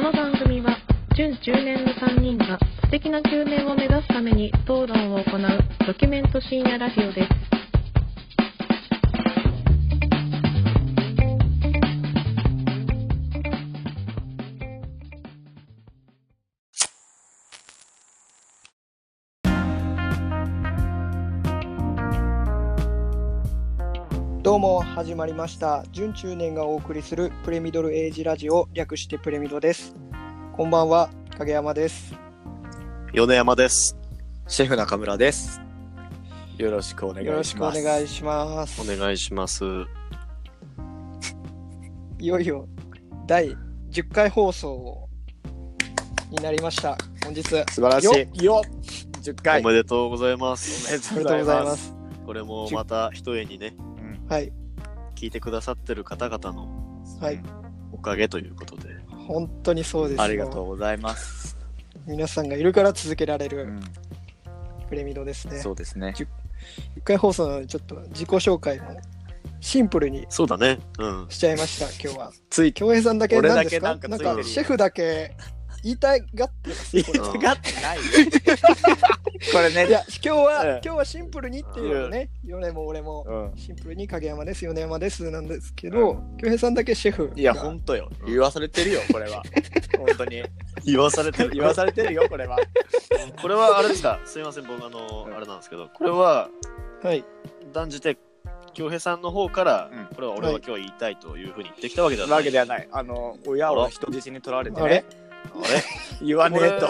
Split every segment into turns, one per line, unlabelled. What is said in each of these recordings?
の番組は準10年の3人が素敵な9年を目指すために討論を行うドキュメント深夜ラジオです
どうも始まりました準中年がお送りするプレミドルエイジラジオ略してプレミドですこんばんは影山です
米山です。
シェフ中村です。よろしくお願
よろ
い
し
し
くお
ます。
願いします
お願いします。
いよいよ第10回放送になりました本日お
素晴らし
よ
い。よ10回。
おめでとうございます。
めでとうございま。す
これもまた一重にね、
はい
聞いてくださってる方々の
はい
おかげということで。
本当にそうですよ
ありがとうございます。
皆さんがいるから続けられ
う
る
ん
プレミドですね、
そうですね。
10回放送なのでちょっと自己紹介もシンプルに
そうだね。うん。
しちゃいました今日は
つい
京平さんだけ何ですか
俺だ
なん
け
か
なんかついてる
シェフだけ言いたがってます
言
ねこれ
いた
は
がってないよ。これ
い
ね。
や今日は、
ええ
今日はシンプルにっていうね、米も俺も
うん
シンプルに影山です米山ですなんですけど京平さんだけシェフ
いや、
が
ほんとよ。言わされてるよ、これは。本当に。
言わされてる。
言わされてるよ、これは。
これはあれですか。すいません、僕あの、あれなんですけど、これは
はい
断じて、京平さんの方から
うん、
これは俺は今日言いたいというふうに言ってきたわけじゃない。
わけではない。あの、親を人質に取られて
あれ
ね。言わねえ
こ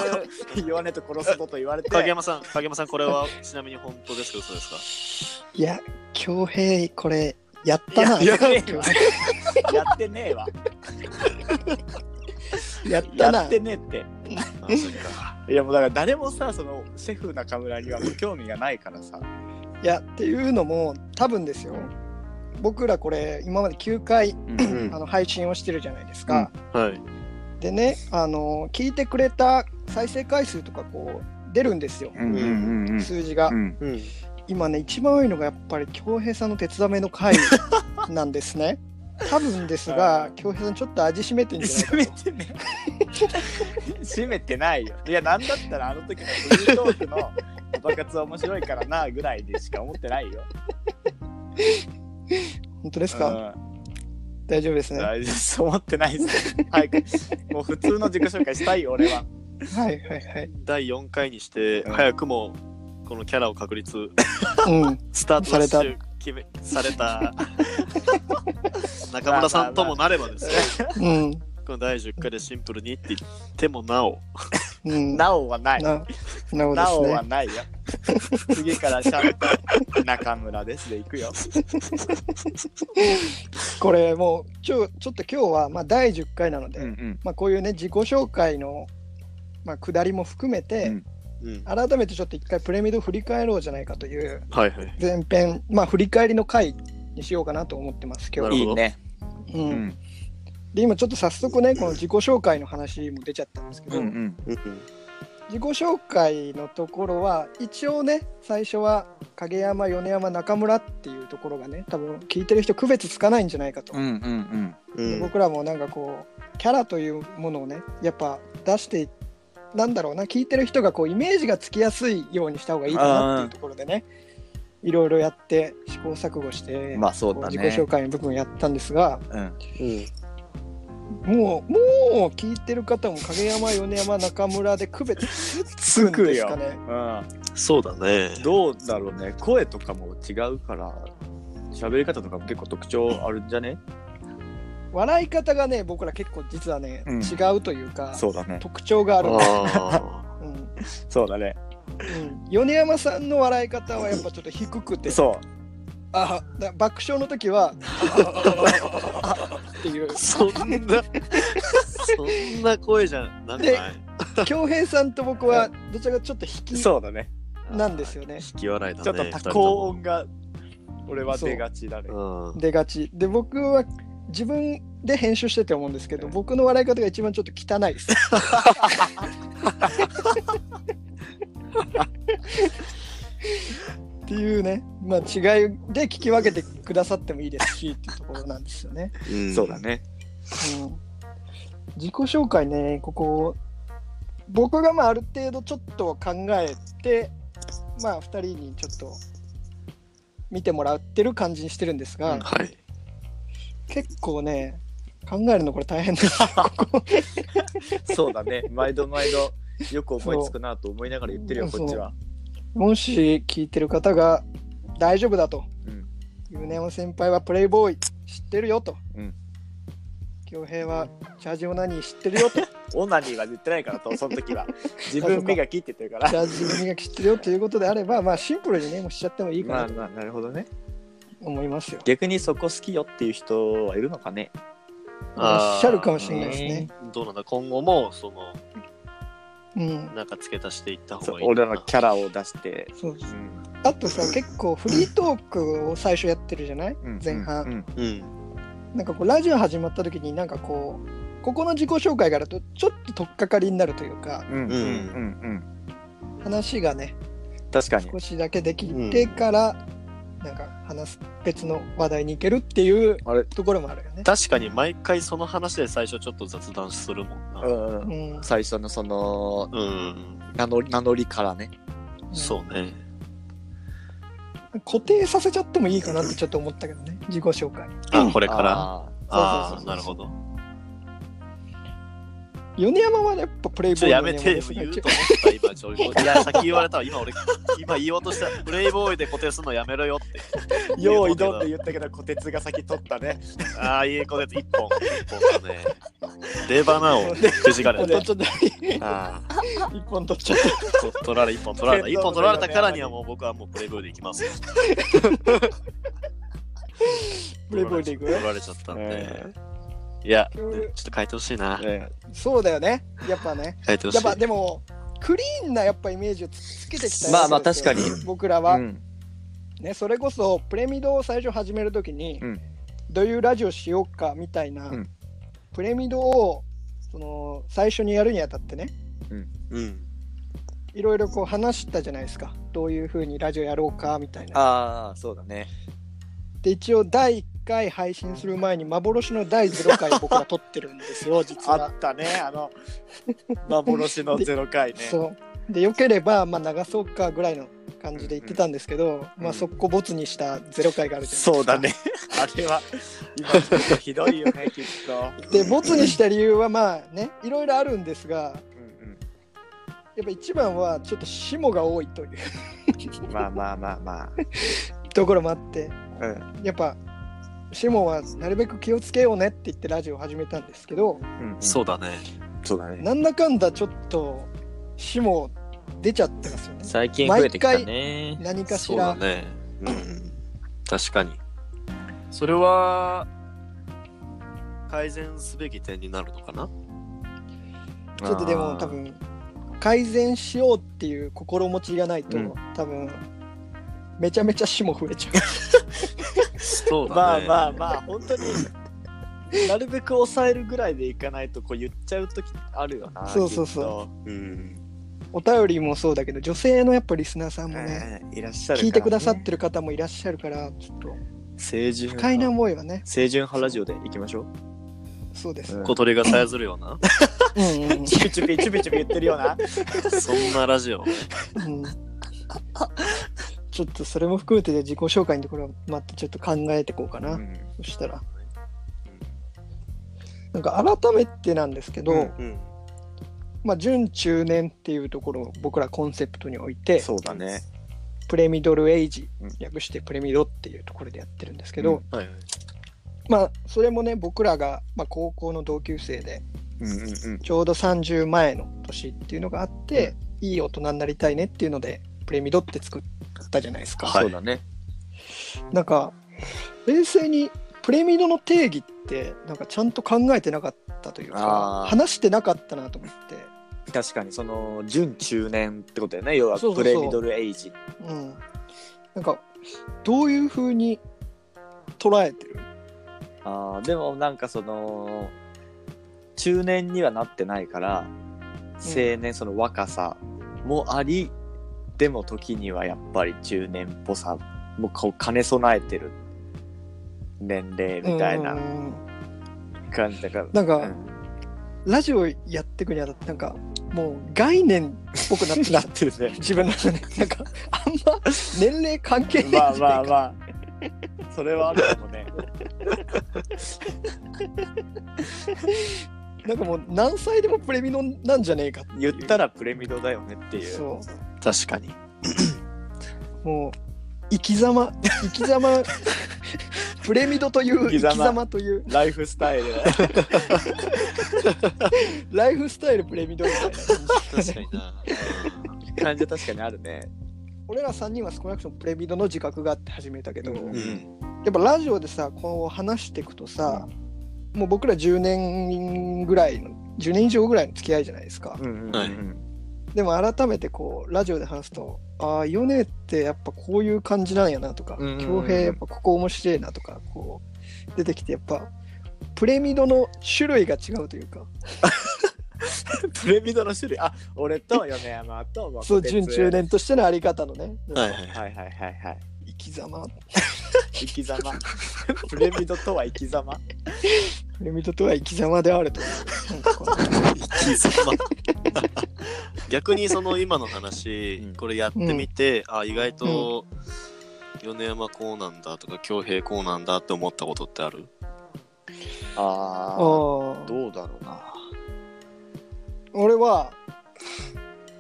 と。言わねえと殺すぞと言われて。
影山さん、影山さん、これはちなみに本当ですけど、そうですか。
いや京平これやったな
や
や
やねえわ。やってねえわ。
った
や
な
ってねえって。
あそっか
いやもうだから誰もさそのシェフ中村にはもう興味がないからさ
いやっていうのも多分ですよ僕らこれ今まで9回、
ん
あの配信をしてるじゃないですか、
はい。
でねあの聞いてくれた再生回数とかこう出るんですよ、
うんうんうん
数字が、
うん
うん。
今ね一番多いのがやっぱり恭平さんの鉄ダメの 回なんですね多分ですが恭平さんちょっと味しめてんじゃな
閉め
いか
てね閉めてないよいやなんだったらあの時のフリートークの「爆発は面白いからな」ぐらいでしか思ってないよ
と本当ですか、
うん
大丈夫ですねは
大丈夫です思ってないです早くもう普通の自己紹介したいよ俺はい
はいはい、
第4回にして、
うん
早くもこのキャラを確立
うん、
スタート
された
ダッシュ決めされた中村さんともなればですね、
うん
この第10回でシンプルにって言ってもなお
うん
なおはない
ななおで
な
す
おは
ね
ないよ次からちゃんと中村ですで行くよ
これもうちょちょっと今日は、まあ、第10回なので、
ん
まあ、こういうね自己紹介の、まあ、下りも含めて、
うん
うん
改めてちょっと一回プレミド振り返ろうじゃないかという
はいはい
前編まあ振り返りの回にしようかなと思ってます今
な
日
るほど
いいね
うん
うん
で今ちょっと早速ねこの自己紹介の話も出ちゃったんですけ
う
ど、
んうん
自己紹介のところは一応ね最初は影山米山中村っていうところがね多分聞いてる人区別つかないんじゃないかと、
うんうんうん
うん
僕らもなんかこうキャラというものをねやっぱ出してなんだろうな聞いてる人がこうイメージがつきやすいようにした方がいいかなっていうところでねいろいろやって試行錯誤して、
まあそうだね
こ自己紹介の部分をやったんですが
うん
うん
もうもう聞いてる方も影山米山中村で区別つ
つ
くん
く
です
よ
かね
う
そうだね
ん、どうだろうね声とかも違うから喋り方とかも結構特徴あるんじゃね
笑い方がね僕ら結構実はね、
うん
違うというか
そうだね
特徴があるんです、
あ
うん
そうだね
うん米山さんの笑い方はやっぱちょっと低くて
そ
あだ爆笑の時はっていう
ーそんなそんな声じゃなくない
で恭平さんと僕はどちらかちょっと引き
うそうだね
なんですよね
引き笑いだね
ちょっと多高音が俺は出がちだね
二人ともうん
出がちで僕は自分で編集してて思うんですけど僕の笑い方が一番ちょっと汚いですっていうね、まあ、違いで聞き分けてくださってもいいですしっていうところなんですよね。
うん
そうだね
うん自己紹介ねここ僕がまあある程度ちょっと考えてまあ2人にちょっと見てもらってる感じにしてるんですが、
うん
はい。
結構ね考えるのこれ大変ですよ ここ
そうだね。毎度毎度よく思いつくなと思いながら言ってるよ、
そ
こ
う
っちは。
もし聞いてる方が大丈夫だと、
うん
ユネオ先輩はプレイボーイ知ってるよと、
うん
恭平はジャージオナニー知ってるよ とジ
オナニーは言ってない からと、その時は。自分磨きって言ってるから。
ャージオ磨き知ってるよということであればまあシンプルにねもうしちゃってもいいか
ま
な
あ
と
まあ、なるほどね。
思いますよ、
逆にそこ好きよっていう人はいるのかね。
あー
おっしゃるかもしれないですね、
どうなんだ今後もその
うん
なんか付け足していった方
そう
がいい
俺らのキャラを出して。
そう
う
そうんあとさ結構フリートークを最初やってるじゃない、
うん
前半、
うんうん
うん
なんかこうラジオ始まった時になんかこうここの自己紹介があるとちょっと取っかかりになるというか
うんうんうん
話がね
うん確かに
少しだけできてから、なんか話す別の話題に行けるっていう
あれ
ところもあるよね。
確かに毎回その話で最初ちょっと雑談するもん
う
な。
んうん
うん、
最初のその
うん。
名乗り名乗りからね
そうね。
固定させちゃってもいいかなってちょっと思ったけどね自己紹介
あ、これから。
あ
あーそうそうそうそ
ああ、
う
なるほど。
米山はやっぱプレイボ
ちょ
ー
っ
イ
とや
の
め
米山
て
で
よ、
すね
言うと思った、今、ちょい。い や、先言われたわ、今俺、今言おうとした、プレイボーイで固定するのやめろよって。
ー用意どんって言ったけど虎鉄が先取ったね
ああ、いい子です、一本、一本だね。出花をくじかれ
一
て
本。取っちゃっ
ああ、
た 一本取っちゃった
と取られ、一本取られた。一本取られたからにはもう僕はもうプレイボーイで行きますよ。
プレイボーイで行く
取られちゃったんで
え。
いや、ちょっと変えてほしいな。
え
そうだよねやっぱね
変えてほし
やっ。
い
ぱでもクリーンなやっぱイメージをつつけてきた
まあまあ
わけですよ
確かに
僕ら
え
は、
うん
ね、それこそプレミドを最初始めるときに、
うん
どういうラジオしようかみたいな、
うん
プレミドをその最初にやるにあたってね
うん。
いろいろこう話したじゃないですかどういうふうにラジオやろうかみたいな。
ああそうだね
で一応第1回配信する前に幻の第0回僕ら撮ってるんです よ実
あ
は。
ったねあ の幻のゼロ回ね
そうでよければ、まあ、流そうかぐらいの感じで言ってたんですけど、まあ、速攻ボツにした0回があるじゃないですか。
そうだねあれは今聞くとひどいよねきっと
でボツにした理由はまあねいろいろあるんですが
うん
やっぱ一番はちょっと霜が多いという
うんまあまあまあまあ
ところもあって
うん
やっぱ霜はなるべく気をつけようねって言ってラジオを始めたんですけど
うん
そうだね。
そうだね
なんだかんだちょっと霜出ちゃってますよね
最近
増えてきた
ね
何かし
そうだ
ら、
ね。うん。確かに。それは、改善すべき点になるのかな
ちょっとでも多分改善しようっていう心持ちがないと、
うん
多分めちゃめちゃ霜増えちゃう
そう
ま
だ
あ
ね。
まあまあ、本当に、なるべく抑えるぐらいでいかないと、こう言っちゃうときあるよな。
そうそうそ
うん。
お便りもそうだけど女性のやっぱリスナーさん
きっと
もね、
えーいらっしゃるから、
聞いてくださってる方もいらっしゃるからちょっと
清純
不快な
派。
思いはね、
清純派ラジオで行きましょう。
そうです。
小鳥がさえずるような、
うんうん
チュピチュピチュピチュピ言ってるような。
そんなラジオ。
うんちょっとそれも含めて自己紹介のところをまたちょっと考えていこうかな、そしたらなんか改めてなんですけど、
うん
うん。
まあ準中年っていうところを僕らコンセプトに置いて
そうだね。
プレミドルエイジ
うん
略してプレミドっていうところでやってるんですけど、
うん
はいはい。
まあそれもね僕らが、まあ、高校の同級生で
うんうんうん。
ちょうど30前の年っていうのがあって、いい大人になりたいねっていうのでプレミドって作ったじゃないですか。
はい
そうだね。
なんか冷静にプレミドの定義ってなんかちゃんと考えてなかったというか
あー
話してなかったなと思って、
確かに、その、準中年ってことだよね。要は、
そうそうそ
プ
う
レミドルエイジ。
うん、なんかどういうふうに捉えてる
ああ、でもなんかその、中年にはなってないから、青年、その若さもあり、でも時にはやっぱり中年っぽさもこう兼ね備えてる年齢みたいな
うん
感じだから。
なんか
うん
ラジオやってくにあたってなんかもう概念っぽくなってき
な
た
ってるね
自分の中でなんかあんま年齢関係ない
まあ
じゃ
ま
な
あ
いか
まあそれはあるかもね
なんかもう何歳でもプレミノなんじゃねえかって
言ったらプレミドだよねっていう
そ
確かに。
うもう生き 様生き様プレミドという
生き
生
様
き様という
ライフスタイルだ
ライフスタイルプレミドみたいな感じ
確かにな。
感じは確かにあるね
俺ら3人は少なくともプレミドの自覚があって始めたけど、
うん
うん。
やっぱラジオでさこう話していくとさ、もう僕ら10年ぐらいの10年以上ぐらいの付き合いじゃないですか、
うんうんうん
はい
でも改めてこうラジオで話すとああヨネってやっぱこういう感じなんやなとか
うんうんうん
恭平やっぱここ面白いなとかこう出てきてやっぱプレミドの種類が違うというか
プレミドの種類あ俺と米山と若手
そう準中年としてのあり方のね、
はいはいはい。
はいはいはいはい
生き様
生き様プレミドとは生き様
プレミドとは生き様であるとなんかこう
生き様 逆にその今の話、
うん
これやってみて、あ意外と米山こうなんだとか恭平こうなんだって思ったことってある
あ ー
ああ
どうだろうな
俺は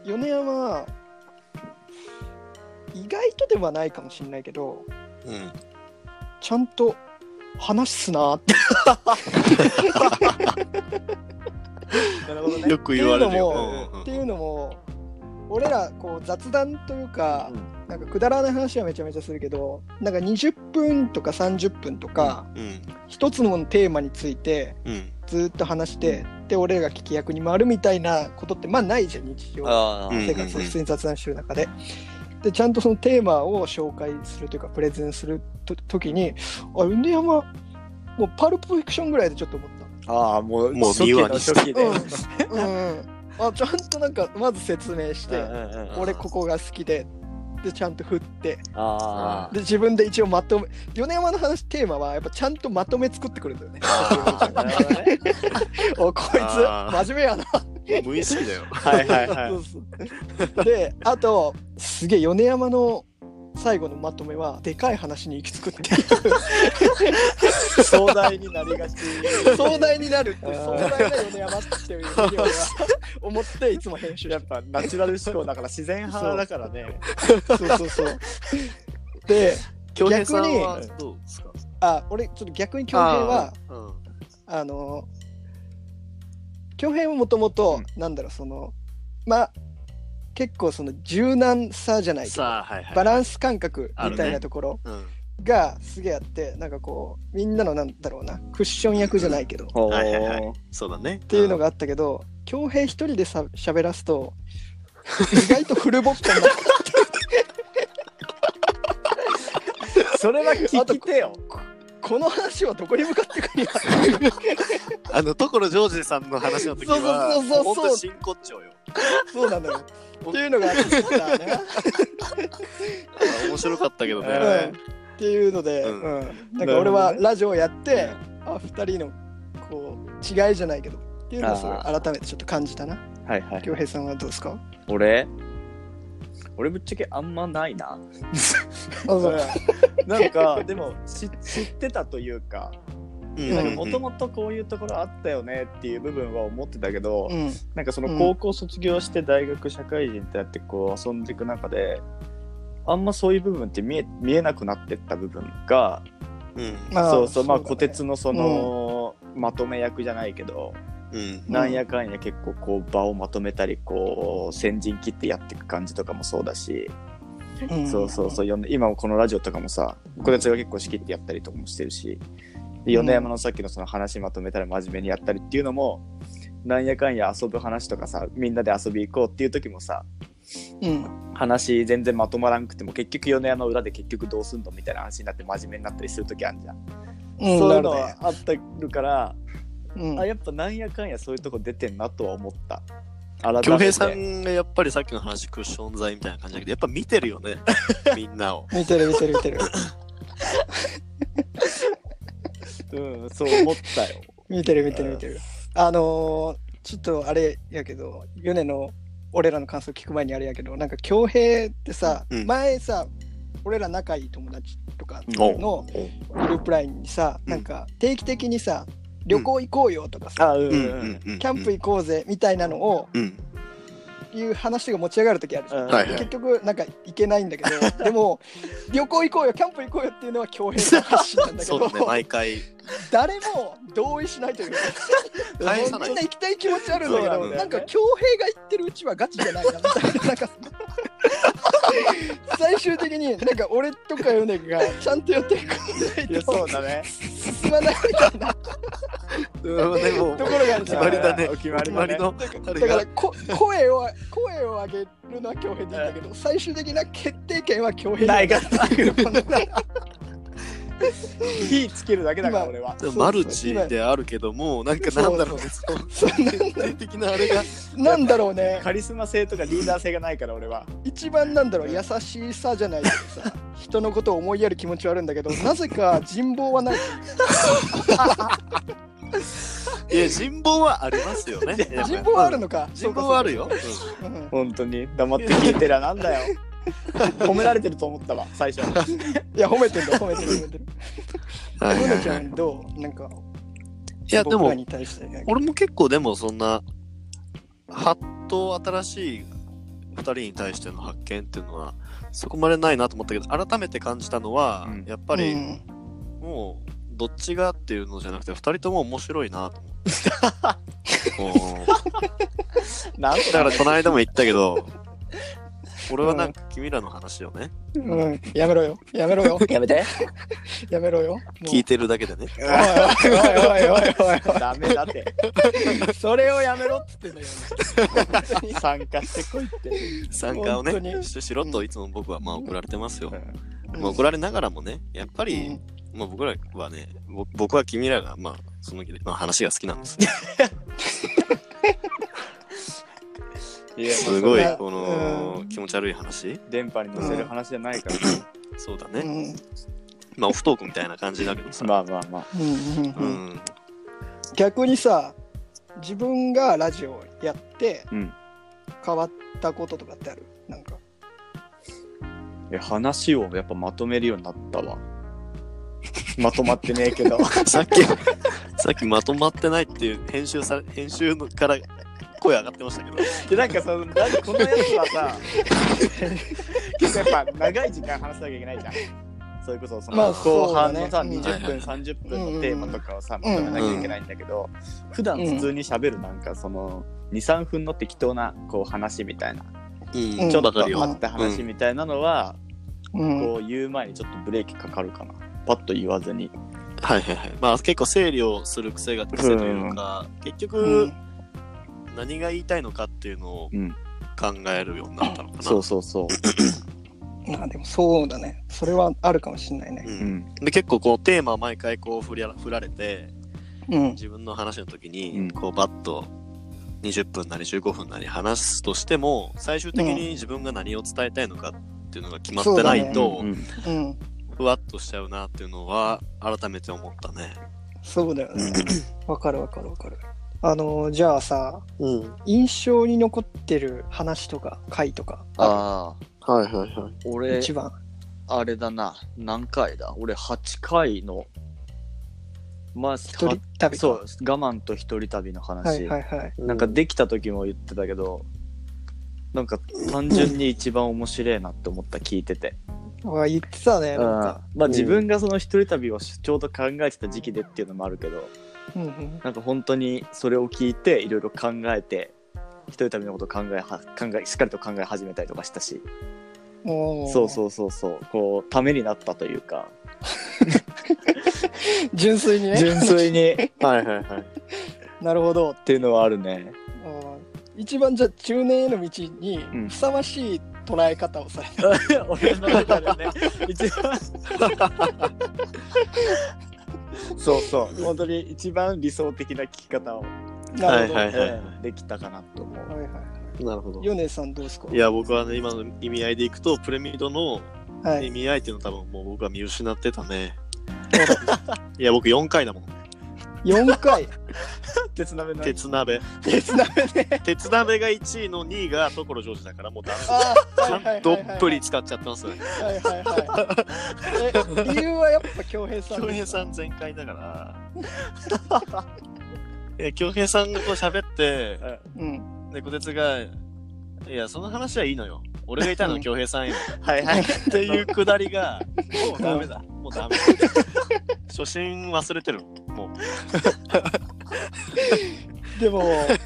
米山は意外とではないかもしれないけど
うん
ちゃんと話すなって
なるほどね
よく言われるよ
も。っていうのも俺らこう雑談というか
う、ん
なんかくだらない話はめちゃめちゃするけどなんか20分とか30分とか、
うん
一つのテーマについて
うん
ずっと話してで俺らが聞き役に回るみたいなことってまあないじゃん日常
あー
生活を普通に雑談してる中で。でちゃんとそのテーマを紹介するというかプレゼンすると時にあ米山もうパルプフィクションぐらいでちょっと思った。
あーもう
もう
初期の
二話にした
初期で、
うんうんあちゃんとなんかまず説明して、
ん
俺ここが好きででちゃんと振って
あ
で自分で一応まとめ米山の話テーマはやっぱちゃんとまとめ作ってくるんだよね
あなるほどね
おこいつ
あー
真面目やな
無意識 だよ。
はいはいはい
そうそうであとすげえ米山の最後のまとめはでかい話に行き着くっていう
壮大になりがち
壮大になるって
あー
壮大な米山っていうふうに俺は思っていつも編集して
やっぱナチュラル思考だから自然派だからね
るそうそうそうで
恭平さん
逆
は
に
どうですか
あ俺ちょっと逆に恭平は
あーうん
あの恭平はもともとなんだろうそのまあ結構その柔軟さじゃないけど
さあはいはい。
バランス感覚
あるね
みたいなところ
うん
がすげえあってなんかこうみんなのなんだろうなクッション役じゃないけどっ
はいはいはいそうだね。って
いうのがあったけど恭平一人でさ喋らすと意外とフルボッコ になる
それは聞きてよ
この話はどこに向かってくるや
あの所ジョージさんの話の時は
そうそうそうそう
本当に真骨頂よ。
そうなんだよっていうのがあったね
あ面白かったけど
う
ね
ん。
っていうので、う
うんん
なんか俺は
なるほどね
ラジオやって、あ2人のこう違いじゃないけどっていうのをすごい
あ
改めてちょっと感じたな
はいはい
恭平さんはどうですか
俺俺ぶっちゃけあんまないな
あそう
なんかでも知知ってたというか
うん
もともとこういうところあったよねっていう部分は思ってたけど、
うん
なんかその高校卒業して大学社会人ってやってこう遊んでいく中であんまそういう部分って見え見えなくなってった部分が
うん
あー
そうそうまあ
だね
虎鉄のその、まとめ役じゃないけど、
うん
なんやかんや結構こう場をまとめたりこう先陣切ってやっていく感じとかもそうだし、
うん
そうそうそうよね今もこのラジオとかもさ小鉄が結構仕切ってやったりとかもしてるしで
うん
米山のさっきのその話まとめたら真面目にやったりっていうのもなんやかんや遊ぶ話とかさみんなで遊び行こうっていう時もさ
うん
話全然まとまらんくても結局米山裏で結局どうすんのみたいな話になって真面目になったりする時あるじゃん、
うん
そうい
な
う
る
の
ね
はあったるから、
うん
あやっぱなんやかんやそういうとこ出てんなとは思った改めて
恭平さんがやっぱりさっきの話クッション材みたいな感じだけどやっぱ見てるよ ねみんなを
見てる見てる見てる
うんそう思ったよ
見てる見てる見てるあのーちょっとあれやけど米の俺らの感想聞く前にあれやけどなんか恭平ってさ、
うん
前さ俺ら仲いい友達とかの
おう
グループラインにさ、
うん
なんか定期的にさ旅行行こうよとかさ、
あ、う
う
んうんん
う
うん
んうん。
キャンプ行こうぜみたいなのを
うん。
いう話が持ち上がる時あるじゃん、
うん
はいはい
結局なんか行けないんだけ どでも旅行行こうよキャンプ行こうよっていうのは恭平の発信なんだけ
そ
ど、
うね、毎回。
誰も同意しないというか
返さない
みんな行きたい気持ちあるんだけ
そう
ど
なんだよね
なんか恭平が言ってるうちはガチじゃないなみたいななんか最終的になんか俺とかヨネがちゃんと予定組ん
い
で
や
いと
そうだね。
進まないみたいな
うんでも
ところがあるじ
決
ゃん
まりだね。
お決ま
決
り
ま
だね
りのあれ
だか
が
ら。こ声を声を上げるのは恭平でいいんだけど最終的な決定権は恭平
ない
が
が火つけるだけだから
今
俺は。
でもマルチであるけども、なんかなんだろうね、その
そう
決定的なあれが。
なんだろうね
カリスマ性とかリーダー性がないから俺は。
一番なんだろう優しさじゃないけどさ人のことを思いやる気持ちはあるんだけどなぜか人望はない
いや、人望はありますよね。
人望はあるのか
人望はあるよ。
そうかそうかうん
本当に黙って聞いてりゃなんだよ。褒められてると思ったわ最初。
いや褒めてるんだ褒めてる褒めてる
は
ヨ
い
ネち
は
ゃ
い
んどうなんか
いや、で
僕ら
も、
に対してなんか
俺も結構でもそんな、はっと新しい2人に対しての発見っていうのは、そこまでないなと思ったけど、改めて感じたのは、
うん
やっぱ
う
り
ん
もう、どっちがっていうのじゃなくて、2人とも面白いなと 思って。もう
なん
だ
だ
か
ろ
らこの間も言ったけど、俺はなんか君らの話をね、
うんやめろよやめろ よ
う。やめて。
やめろよもう
聞いてるだけでね。
おいおいおいおいおいおい
ダメだって。
それをやめろっつってんだよ
参加してこいって。
参加を
本当
ね
に
ししろといつも僕はまあ怒られてますよ。まあ怒られながらもね、やっぱり、まあ、僕らはね、ぼ僕は君らが、まあ、その、まあ、話が好きなんです。
いや
すごい
まあ、
この
う、ん
気持ち悪い話
電波に乗せる話じゃないから。
そうだ
うん
ね。まあ、オフトークみたいな感じだけどさ。
まあまあまあ。
うんうん
う
うんうん
ん。
逆にさ自分がラジオやって
うん
変わったこととかってあるなんか
え話をやっぱまとめるようになったわ。まとまってねえけど。
さっき、 さっきまとまってないっていう、編集され、編集のから声上がってましたけど。
でなんかそのなんかこのやつはさ 結構やっぱ長い時間話さなきゃいけないじゃんそれこそそ
ま
の
あそう
後
だ
半
ね
のさ、
うん
20分30分のテーマとかをさまとめなきゃいけないんだけど、普段普通にしゃべるなんかその23分の適当なこう話みたいな、
うん
うん
ちょっ
わか
と
るよ。
待った話みたいなのは、
うん
こう言う前にちょっとブレーキかかるかなパッと言わずに
はいはいはい。まあ、結構整理をする癖が、癖というか、結
う
局、
ん
何が言いたいのかっていうのを
うん
考えるようになったのかな。
そうそうそう、
まあでもそうだねそれはあるかもしれないね
うん
うん
で、結構こう、テーマ毎回こう、振りゃ振られて、
うん
自分の話の時
う
に
ん
こうバッと20分なり15分なり話すとしても最終的に自分が何を伝えたいのかっていうのが決まってないと
うん
うん
ふわっとしちゃうなっていうのは改めて思ったね。
そうだよねわかるわかるわかるあのじゃあさ
うん、
印象に残ってる話とか回とか
ああ
はいはいはい。
俺
一番
あれだな何回だ俺8回のまあ
一人
は
旅
そう我慢と一人旅の話、
はいはいはい
なんかできた時も言ってたけどなんか単純に一番面白いなって思った聞いてて、
あ言ってたね
うん
なんか
まあ自分がその一人旅をちょうど考えてた時期でっていうのもあるけど
うんうん
なんか本当にそれを聞いていろいろ考えて一人旅のことを考えは考えしっかりと考え始めたりとかしたし
おー
そうそうそうそうこうためになったというか
純粋にね
純粋に
はいはいはい。
なるほど
っていうのはあるね。
うん一番じゃあ中年への道にふさわしい捉え方をされた、
俺の中でね一番そうそう 本当に一番理想的な聞き方を、
なるほど、
はいはい
うんできたかなと思う
はいは
なるほど
いヨネさんどうですか
いや僕はね今の意味合いでいくとプレミドの
は
意
い、
味合いっていうのを多分もう僕は見失ってたね。いや僕4回だもん。
4回
鉄鍋の
鉄鍋。
鉄鍋 ね
鉄鍋が1位の2位が所ジョージだからもうダメだ
あーはいはいはいはい
どっぷり使っちゃってますね。
はいはいはいえ理由はやっぱ恭平さん
京平さん全開だから。京平さんがこう喋って、
うん
猫鉄が、いや、その話はいいのよ。俺がいたのは京平さんよ。
はいはい
っていうくだりが、もうダメだ。もうダメだ。初心忘れてるもう。
でも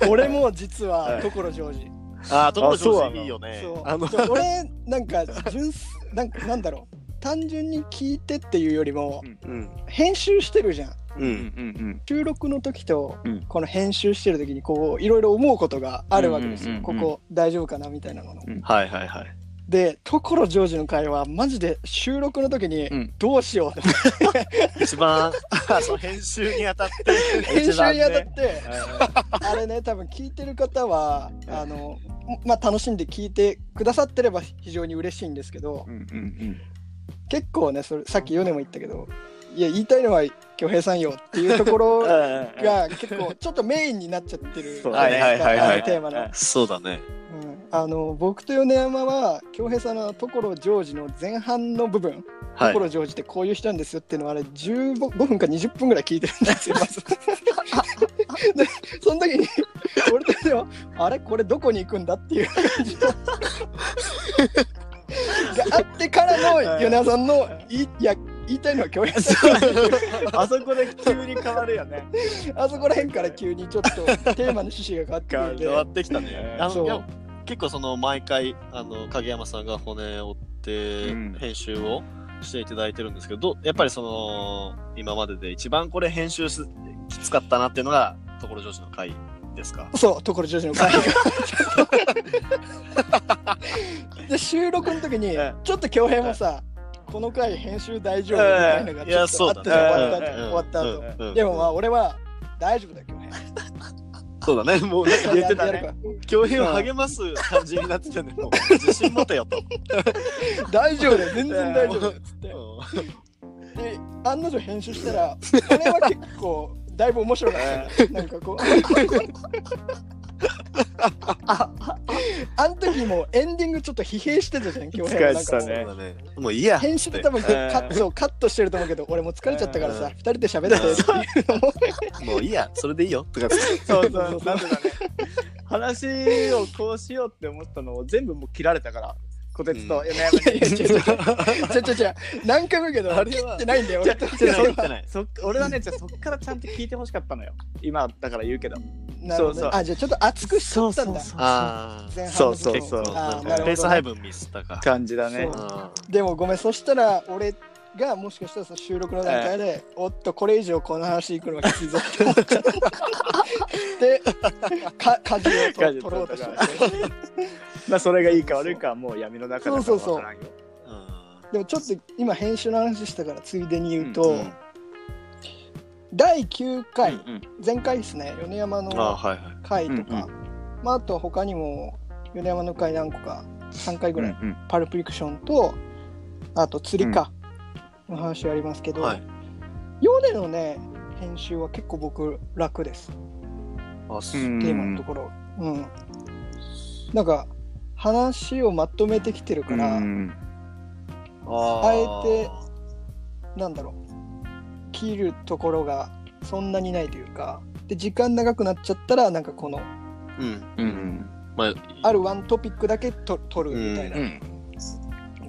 俺も実
は
はい所ジョージ
ああ、所ジ
そう
ョ
な
ー
の
ジいいよね。
そう
あの、
でも俺なんか純 粋なんかなんだろう単純に聞いてっていうよりも
うん。
編集してるじゃん
う
うん
ん。
うん
収録の時と
うん
この編集してる時にこういろいろ思うことがあるわけです
うんう
よ
んう
こ
んうん
こ大丈夫かなみたいなもの
はいはいはい。
で所ジョージの会話マジで収録の時に
うん
どうしようって
一番、 その編集に当たって、
編集に
一
当たっ
番ね
てあれね多分聞いてる方はあのまあ楽しんで聞いてくださってれば非常に嬉しいんですけど
うんうんうん
結構ねそれさっきヨネも言ったけどいや言いたいのは恭平さんよっていうところ が結構ちょっとメインになっちゃってる
そう
だね
なんか
はいはいは
あ
いはい
のテーマの、
そうだね。
うんあの僕と米山は恭平さんのところジョージの前半の部分
はい
とこ。ろジョージってこういう人なんですよっていうのをあれ15 5分か20分ぐらい聞いてるんですよ まずでその時に俺たちもあれこれどこに行くんだっていう感じががあってからの米山さんのいいや言いたいのは恭平さん
あそこで急に変わるよね
あそこら辺から急にちょっとテーマの趣旨が変わって
変わってきたね
ね。
あ
そう
のいや結構その毎回あの影山さんが骨折って
うん
編集をしていただいてるんですけど、どやっぱりその今までで一番これ編集すきつかったなっていうのが所ジョージの回ですか。
そう、ところ女子の会が。で、収録の時に
うん、
ちょっと恭平もさ、この回編集大丈夫みたいなのが
い
ちょ
や
っとあ
そう
った
だ
じゃん、
ね。
ちょっと
終わった後。終わっ
うん
た
うん
後。でもまあ、俺は大丈夫だよ、恭平。
そうだね。もうなんか言ってた
やる
ね。
か
教員を励ます感じになってたね。もう自信持てよと。
ら大丈夫だよ、全然大丈夫だよ、つって。
う
で、案の定編集したら、これは結構、だいぶ面白かったね。なんかこう。あん時もエンディングちょっと疲弊してたじゃん、恭平はなんか
疲
も
れて
う
た
ん
ね
そうだね。もういいや。
編集で多分カットをカットしてると思うけど俺もう疲れちゃったから
うん
さ二人で喋ってっていうのも
もういいや。それでいいよ。とか。
そうそうなんでだね話をこうしようって思ったのを全部もう切られたから小鉄と米山に、
違う違う違う何回も言うけど
あ
切
れは
って ないんだよ
じ
俺
ゃ
じゃないじゃない。
そっ俺はねじゃあそっからちゃんと聞いてほしかったのよ今だから言うけど
なるほ
そうそ
ど
う
あじゃあちょっと熱くしちゃったんだ
ああ。
前半
そう
の
そう
部分
そう
そう
あーな
なるほどね
る
ペー
ほ
ス
ど
配
ね
分ミスったか。
感じだね
そう
うん
でもごめんそしたら俺がもしかしたらその収録の段階でおっとこれ以上この話いくのがきついぞって思っちゃったでか舵をと取ろうとしたんだけど
まあそれがいいか悪いかはもう闇の中だから
そうそうそう
わからんよ
う
でもちょっと今編集の話したからついでに言うと、
うん
うん
第9回、
うんうん
前回ですね米山
ああ
の
はいはい。
回とか
う
まあ、あと他にも米山の回何個か3回ぐらい、
うんうん
パルプリクションとあと釣りかの話はありますけど、
はい。
ヨネのね編集は結構僕楽です
あす
テーマのところうん、なんか話をまとめてきてるから、
うん
あー
あなんだろう切るところがそんなにないというかで時間長くなっちゃったらなんかこの
うん
うんうん
まあ
あるワントピックだけと取るみたいな
うん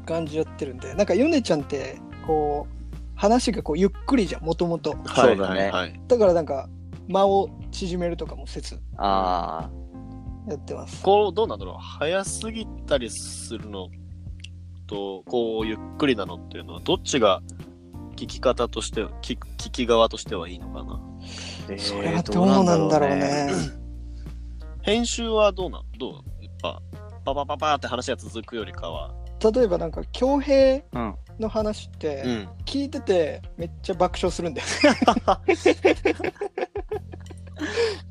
感じやってるんでなんかヨネちゃんってこう話がこうゆっくりじゃんもともと
はい
そうだね
はいはい
だからなんか間を縮めるとかもせず
あ
やってます
こうどうなんだろう早すぎたりするのとこうゆっくりなのっていうのはどっちが聞き方として聞聞き側としてはいいのかな
あ
それはどうなんだろうね
編集はどうなんどうやっぱパパパパーって話が続くよりかは
例えばなんか恭平
うん
の話って
ん
聞いててめっちゃ爆笑するんだよ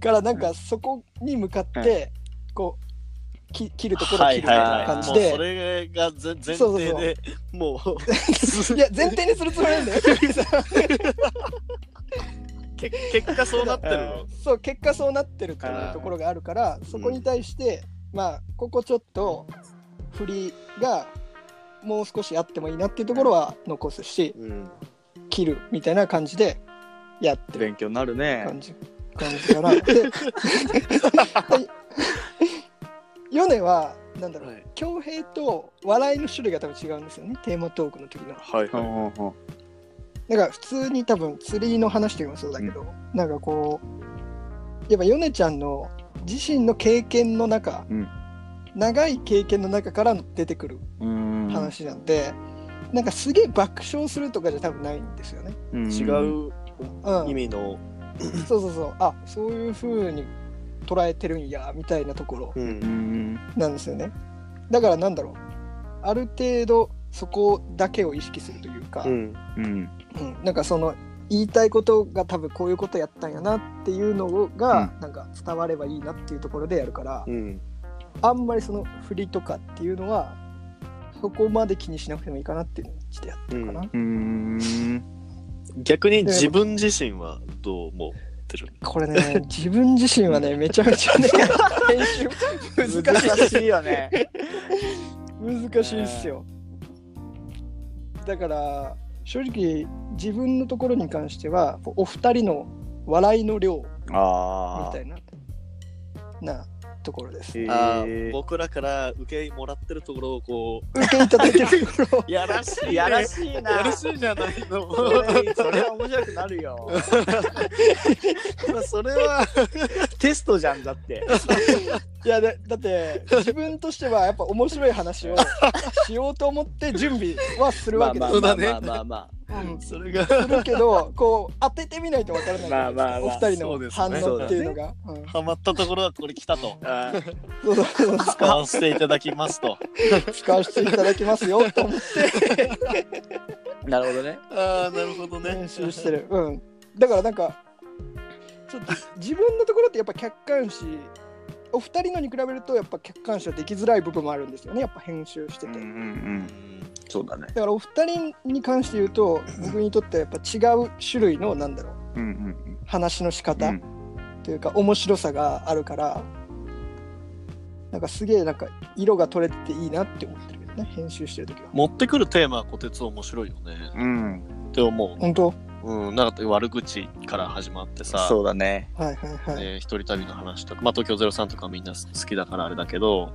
からなんかそこに向かってこうき切るところを切るみたいな感じ
もうそ
で
れが前前
そうそう
提
そう
でも う
いや前提にするつもりなんだよ
け結果そうなってるの。
そう結果そうなってるというところがあるからそこに対して、まあここちょっと振りがもう少しあってもいいなっていうところは残すし
うん、
切るみたいな感じでやってる
勉強になるね。
感じ感じかな。で 米はなんだろう
はい
恭平と笑いの種類が多分違うんですよねテーマトークの時の。
はいはい。
なんか普通に多分釣りの話とかもそうだけど、なんかこうやっぱ米ちゃんの自身の経験の中、
うん
長い経験の中から出てくる
うん、
話なんで、なんかすげえ爆笑するとかじゃ多分ないんですよね。
うん
違
う。
う
うん、
意味の、
そうそうそうあそういう風に捉えてるんやみたいなところ
うん、
なんですよね。だからなんだろうある程度そこだけを意識するというか。
うん
うん、
うん、なんかその言いたいことが多分こういうことやったんやなっていうのが、
う
なんか伝わればいいなっていうところでやるから、
うん
あんまりその振りとかっていうのはそこまで気にしなくてもいいかなっていうのをしてやってるかな、
うん、
逆に自分自身はどう思ってる
これ ね自分自身はねめちゃめち ゃね編集難しい
難しいよね。
難しいっすよ、だから正直自分のところに関してはお二人の笑いの量み
あ
たいななところです
ー
あー
えー
僕らから受けもらってるところをこ
受けいただいてるところ
う、やらしい、
やらしいな
やらしいじゃないの。
それそれは面白くなる よ。
それは、
テストじゃん だって。
いやだだって自分としてはやっぱ面白い話をしようと思って準備はするわけで
まあ
す、
そう
ま
だ
あ
ね
まあまあまあ。
うん
それが
するけどこう当ててみないとわからないじゃないですか
まあまあまあ
お二
そう
人の
です
反
ね
応っていうのがうん
ハマったところはこれ来たと。
あー
そうそうそう
使わせていただきますと。
使わせていただきますよと思って
なるほどね。
ああ、なるほどね
練。習してる、うん、だからなんかちょっと自分のところってやっぱ客観視お二人のに比べるとやっぱ客観視はできづらい部分もあるんですよねやっぱ編集してて、
ん、そうだね。
だからお二人に関して言うと僕にとってはやっぱ違う種類のなんだろう
うんうん
話の仕方というか面白さがあるからなんかすげえなんか色が取れてていいなって思ってるけどね編集してる時は
持ってくるテーマは小鉄面白いよね。
うん。う
っ
ん、
て思
本当は
う。うん、なんか悪口から始まってさ、
そうだね。
いはいはい、
ね、一人旅の話とか、まあ、東京03とかみんな好きだからあれだけど、
は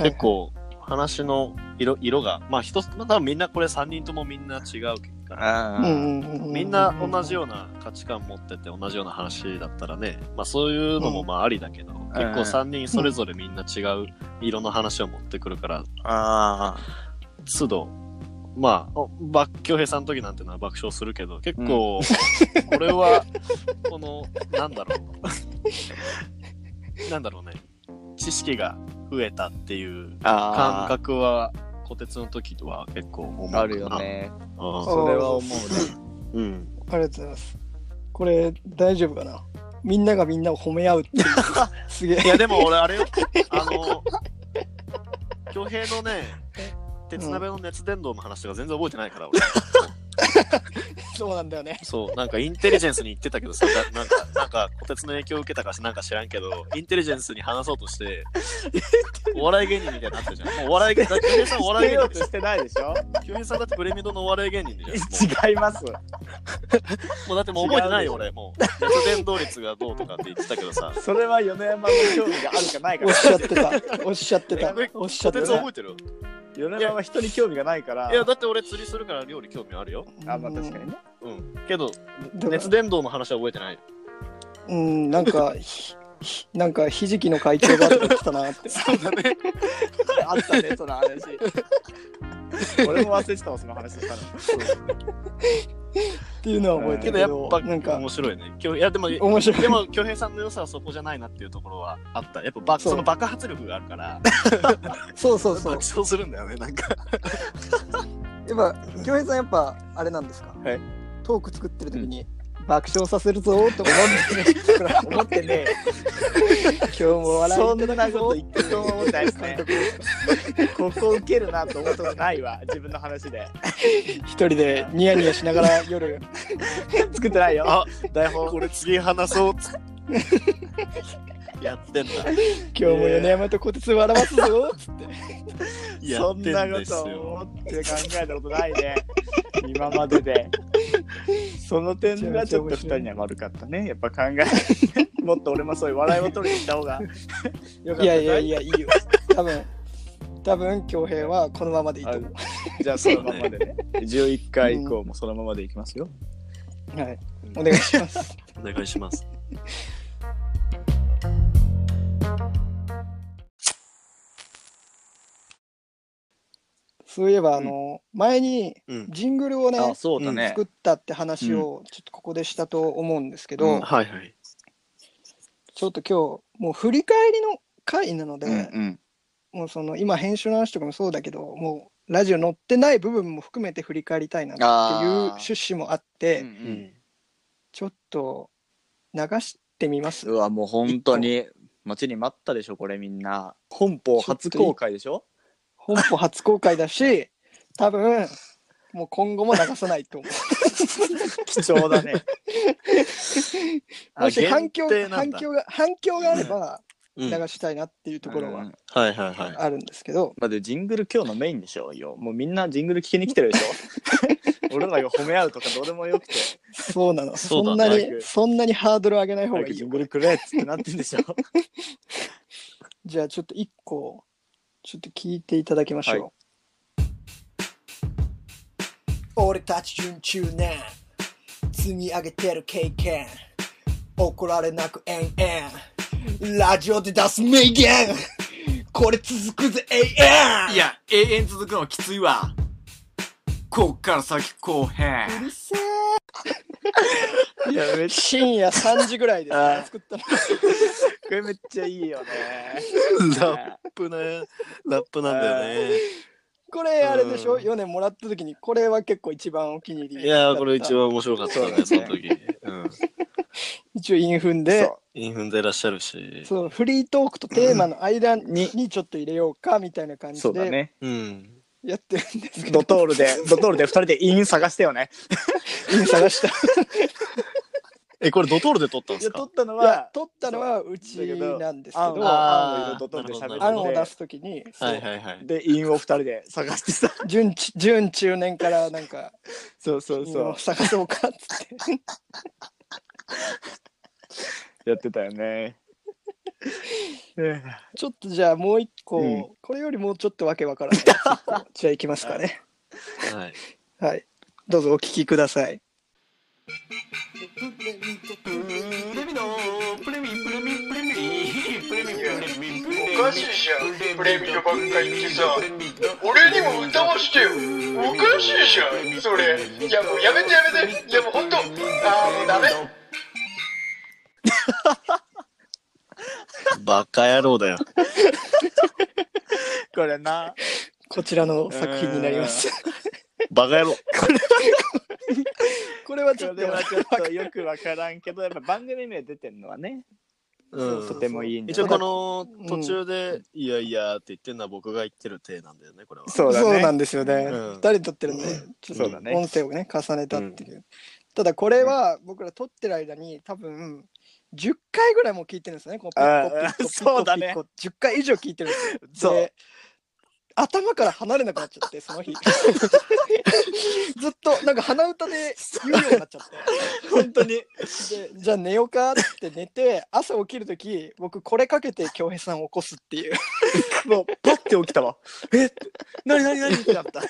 い
結構話の色色が、まあ一つ、まあ、多分みんなこれ3人ともみんな違うけど
あ
うん
ー
うんうんうん
みんな同じような価値観持ってて同じような話だったらね、まあ、そういうのもまあありだけど、結構3人それぞれみんな違う色の話を持ってくるから、
あー。
都度まあおば恭平さんの時なんてのは爆笑するけど結構、これはこのなんだろうなんだろうね知識が増えたっていう感
あー
覚は小鉄の時とは結構思うかな
あるよね。
うん
それは思うね。
うん
ありがとうございますこれ大丈夫かなみんながみんなを褒め合う っていうすげえ
いやで も俺あ れよあの恭平のね鉄鍋の熱伝導の話とか全然覚えてないから俺
そうなんだよね
そうなんかインテリジェンスに言ってたけどさ だなんかなんかこてつの影響を受けたかしなんか知らんけどインテリジェンスに話そうとしてお笑い芸人みたいになってるじゃんもうお笑い芸人だって恭平さんお
捨て
笑い芸
よ
人で
うと
しょ
してないでしょ
恭平さんだってプレミドのお笑い芸人でしょも
違います。
うもうだってもう覚えてないよ俺もう熱伝導率がどうとかって言ってたけどさ
それは米山の興味があるかないか
おっ
ら。
しゃってたおっしゃってたおっしゃ
こ
ってて
つ
た
覚えてる
米山は人に興味がないから。
いやだって俺釣りするから料理興味あるよ
あ、まあ確かにね。
うんけど
だから
熱伝導の話は覚えてないよ
うん、なんか、ひひなんかひじきの会長がとか言ってたなって。
そうだね。
あったね、その 話。俺も忘れてたわ、その話したの。
っていうのは覚えてるけ
けどやっ
ど、
ぱ
なんか
面、白いね。きょいやでも、
面白い
でも、恭平さんの良さはそこじゃないなっていうところはあった。やっぱば
そう
その爆発力があるから、
そうそう
爆
そう。
笑するんだよね、なんか。
やっぱ、京平さんやっぱ、あれなんですか、
はい
トーク作ってる時に、爆笑させるぞーと思って ね思ってね今日も笑
そ
い
ん
ただ
な
く
こと
ぞ
言ってると思ったですね。ここ受けるなと思ったことないわ、自分の話で。
一人でニヤニヤしながら 夜
作ってないよ。
あ台本これ次話そうっつってやって んだ
今日も米山と小鉄笑わすぞー
や
そ
っ
ん
て
なんこ
です
と
よ
思って考えたことないね。今までで。その点がちょっと二人には悪かったね。やっぱ考え、もっと俺もそういう笑いを取りに行った方がよかった
いやいやいやいいよ多分多分恭平はこのままでいいと思
じゃあそのままでね。11回以降もそのままでいきますよ。
うはいお願いし ます
お願いします
そういえばあの前に
うん
ジングルをね
あ、そうだね
作。ったって話をちょっとここでしたと思うんですけど、
うん
はいはい
ちょっと今日もう振り返りの回なので、
うん
もうその今編集の話とかもそうだけどもうラジオ載ってない部分も含めて振り返りたいなっていう
あー
趣旨もあっ
う。
て、
うん
ちょっと流してみます
うわ、もう本当に待ちに待ったでしょ、これみんな。本邦初公開でしょ
本邦初公開だし多分もう今後も流さないと思
貴重 だね。
うもし反響
限定なん
反
だ
響が反響があれば
う
流
んはい
したいなっていうところ
うん
は
はいはい
あるんですけど、
まあでジングル今日のメインでしょうよ。もうみんなジングル聞きに来てるでしょ。 俺らが褒め合うとかどうでも よくて、
そうなの
そ
そう
だ
んな
早
に
く
そんなにハードル上げない方
早
が
く
いい
ジ
よ
ングルくれっつってなってんでしょ。
じゃあちょっと一個ちょっと聞いていただきましょう。
は
俺たち準中年積み上げてる経験怒られなく延々ラジオで出す名言これ続くぜ永遠
いや、永遠続くのはきついわ。こっから先後編。
いや、めっち
深夜3時ぐらいです、
あ
ね
ー、
作ったの
ゃ、これめっちゃいいよね。
ラップねラップなんだよね
これあれでしょ、
うん
4年もらった時にこれは結構一番お気に入り
いやーこれ一
応
番面白かったねそ
そう
の
だね
時うん
一応インフンで
そ
インフンでいらっしゃるし
そのフリートークとテーマの間に
に
にちょっと入れようかみたいな感
う
じ
そうだ
で
ね。
うん
やってるんですけど
ドトールで、ドトールで二人でイン探してよね。
イン探した。い
えこれドトールで撮ったんで
い
す
や、
か
撮ったの
や
は、、
取ったのはうちなんですけ
あん
ど、
あんを
あー
ドトールで
な
案
る
喋
を
っ
出
て
すときに、そう
はいはいはい
で、インを二人で探してさ。
準中準中年からなんか、
そうそう
そ
そう
探そうかっつって。
う。やってたよね。
ちょっとじゃあもう一個、
うん
これよりもうちょっとわけわからないやつ一個。じゃあいきますかね。
はい
はい。どうぞお聞きください。
おかしいじゃんプレミアばっか言ってさ俺にも歌わしてよおかしいじゃんそれいやもうやめてやめていやもうほんとああもうダメ
バカ野郎だよ
これな。
こちらの作品になります。
バカ野郎
これはち
そ
ょっと
れ、はちょっとよくわからんけど、やっぱ番組名出てんのはね、
う ん
とてもいいんだ
一応この
うん
途中で「いやいや」って言ってるのは僕が言ってる体なんだよねこれは
そうだ
そうな
ね。
んですよね。
うん
二人撮ってるんで、ちょっと
そうだね
音声をね、重ねたっていう。ただこれは僕ら撮ってる間に多分、10回ぐらいもう聞いてるんですよね。こうピッコピ
あ
ッ
あ
コピッコ
そうだね
ピッコ10回以上聞いてるんですよ。
そう
で。頭から離れなくなっちゃって、その 日。ずっとなんか鼻歌で言うようになっちゃって。
本当に。
でじゃあ寝ようかって寝て、朝起きるとき、僕これかけて恭平さんを起こすっていう。
もう、パッて起きたわ。えなになになにってなった。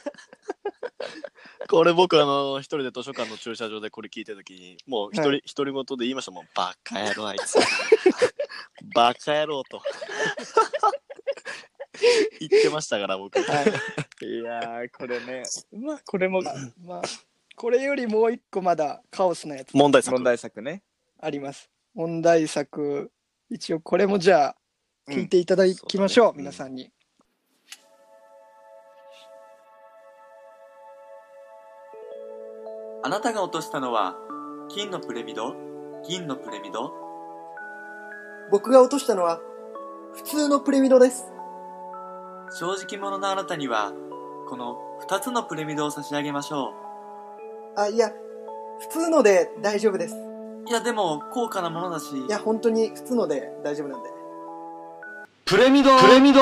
これ僕あの一人で図書館の駐車場でこれ聞いた時にもう一人、
はい
独り言で言いましたもんバカ野郎あいつバカ野郎と言ってましたから僕
はい
いやー、これね。まあ、これも
まあ、これよりもう一個まだカオスなやつ
問題作
問題作ね。
あります。問題作、一応これもじゃあ、聞いていただきましょう、
うんそうだね
皆さんに。
あなたが落としたのは金のプレミド銀のプレミド
僕が落としたのは、普通のプレミドです。
正直者のあなたにはこの2つのプレミドを差し上げましょ
あ、いや、普通ので大丈夫です。
ういやでも高価なものだし
いや、本当に普通ので大丈夫なんで。
プレミドプレミド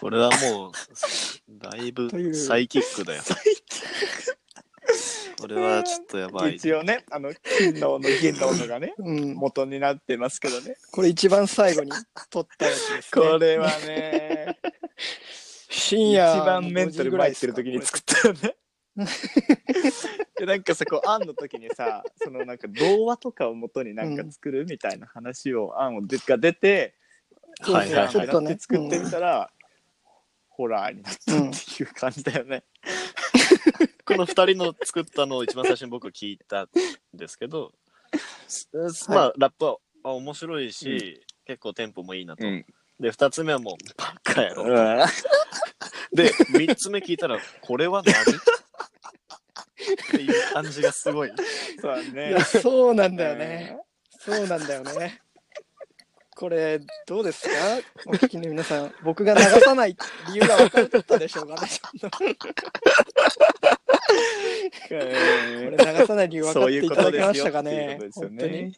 これはもう、だいぶサイキックだよ。これはちょっとやばい。
一応ね、あの、金の斧、銀の斧がね、
うん、
元になってますけどね。
これ一番最後に撮ったやつです、ね。
これはね、
深
一
夜
番メンタル
入
入ってる時に作った よね。でなんかさこう案の時にさそのなんか童話とかを元になんか作るみたいな話を案をでが出て、
はいはい
ち
ち
ょ
ょ
っ
っ
と
と
ね
ね
作ってみたら、ホラーになったっていう感じだよね。
この2人の作ったのを一番最初に僕聞いたんですけ ど、すすまあ、ラップはあ面白いし、結構テンポもいいなと。
うん
で、2つ目はもう、バカやろ。
うん
で、3つ目聞いたら、これは何っていう感じがすごい。
そうだ
い
ね
や、そうなんだよね。そうなんだよね。これ、どうですかお聞きの皆さん、僕が流さない理由が分かったでしょうかね。これ流さない理由分かっていただけましたかね。
そ
本当
ういうことですよっていう
に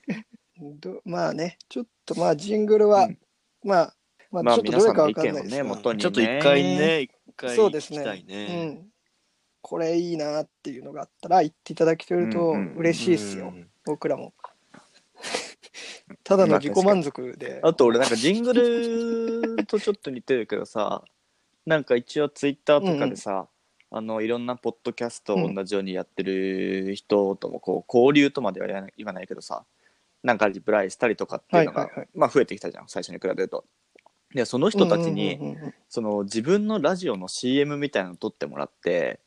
こ。
どまあね、ちょっとまあ、ジングルは、
うん
まあ、ま
ま
あ、
あ
ちょっとどれか分か
皆さん
ん
の
な
意
いです
見をね
が、
元にね
ちょっと一回ね、一回
そう
聞
です
きたい
ねう
ね。
ん。これいいなっていうのがあったら言っていただけると嬉しいですよ、
うん
僕らも。ただの自己満足で。
あと俺なんかジング ルとちょっと似てるけどさなんか一応ツイッターとかでさ、あのいろんなポッドキャストを同じようにやってる人ともこう交流とまでは言わない言わないけどさなんかリプライしたりとかっていうのが、
はいはいはい
まあ、増えてきたじゃん最初に比べると。でその人たちに、
うんうんうんうん
その自分のラジオの CM みたいなの撮ってもらって、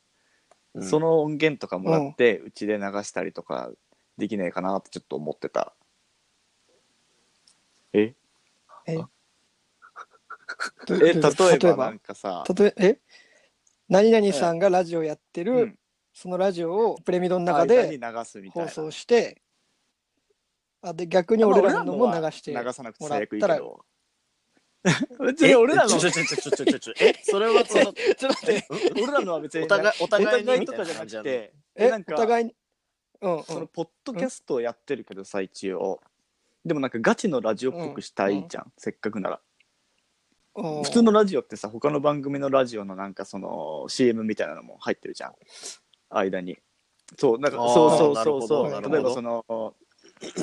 うん
その音源とかもらってうち、で流したりとかできないかなってちょっと思ってた。え
え
え
ど
例
どういうこ
え
と
ばなんかさ
例えば、え何々さんがラジオやってる、
うん
そのラジオをプレミドの中
間に
で
流すみたい
放
な。
送して、あで逆に俺らのも流して
まあ俺らのは流さなくて最悪いい
もらっ
け
た
ど。
別に俺らの
ちょちょちょちょちょちょちょえ、それはその、
ちょっと待って、俺らのは別に
お互い、お
お
互い
互い
に
とかじゃなくて、
え
なんか
お互いに。うんうん
そのポッドキャストをやってるけどさ、一応。でもなんかガチのラジオっぽくしたいじゃん、せっかくなら。
うん
普通のラジオってさ他の番組のラジオのなんかその CM みたいなのも入ってるじゃん間にそうなんか
あー
そうそう
なる
そ
ほ
う
ど
そ
なるほど
う例えばその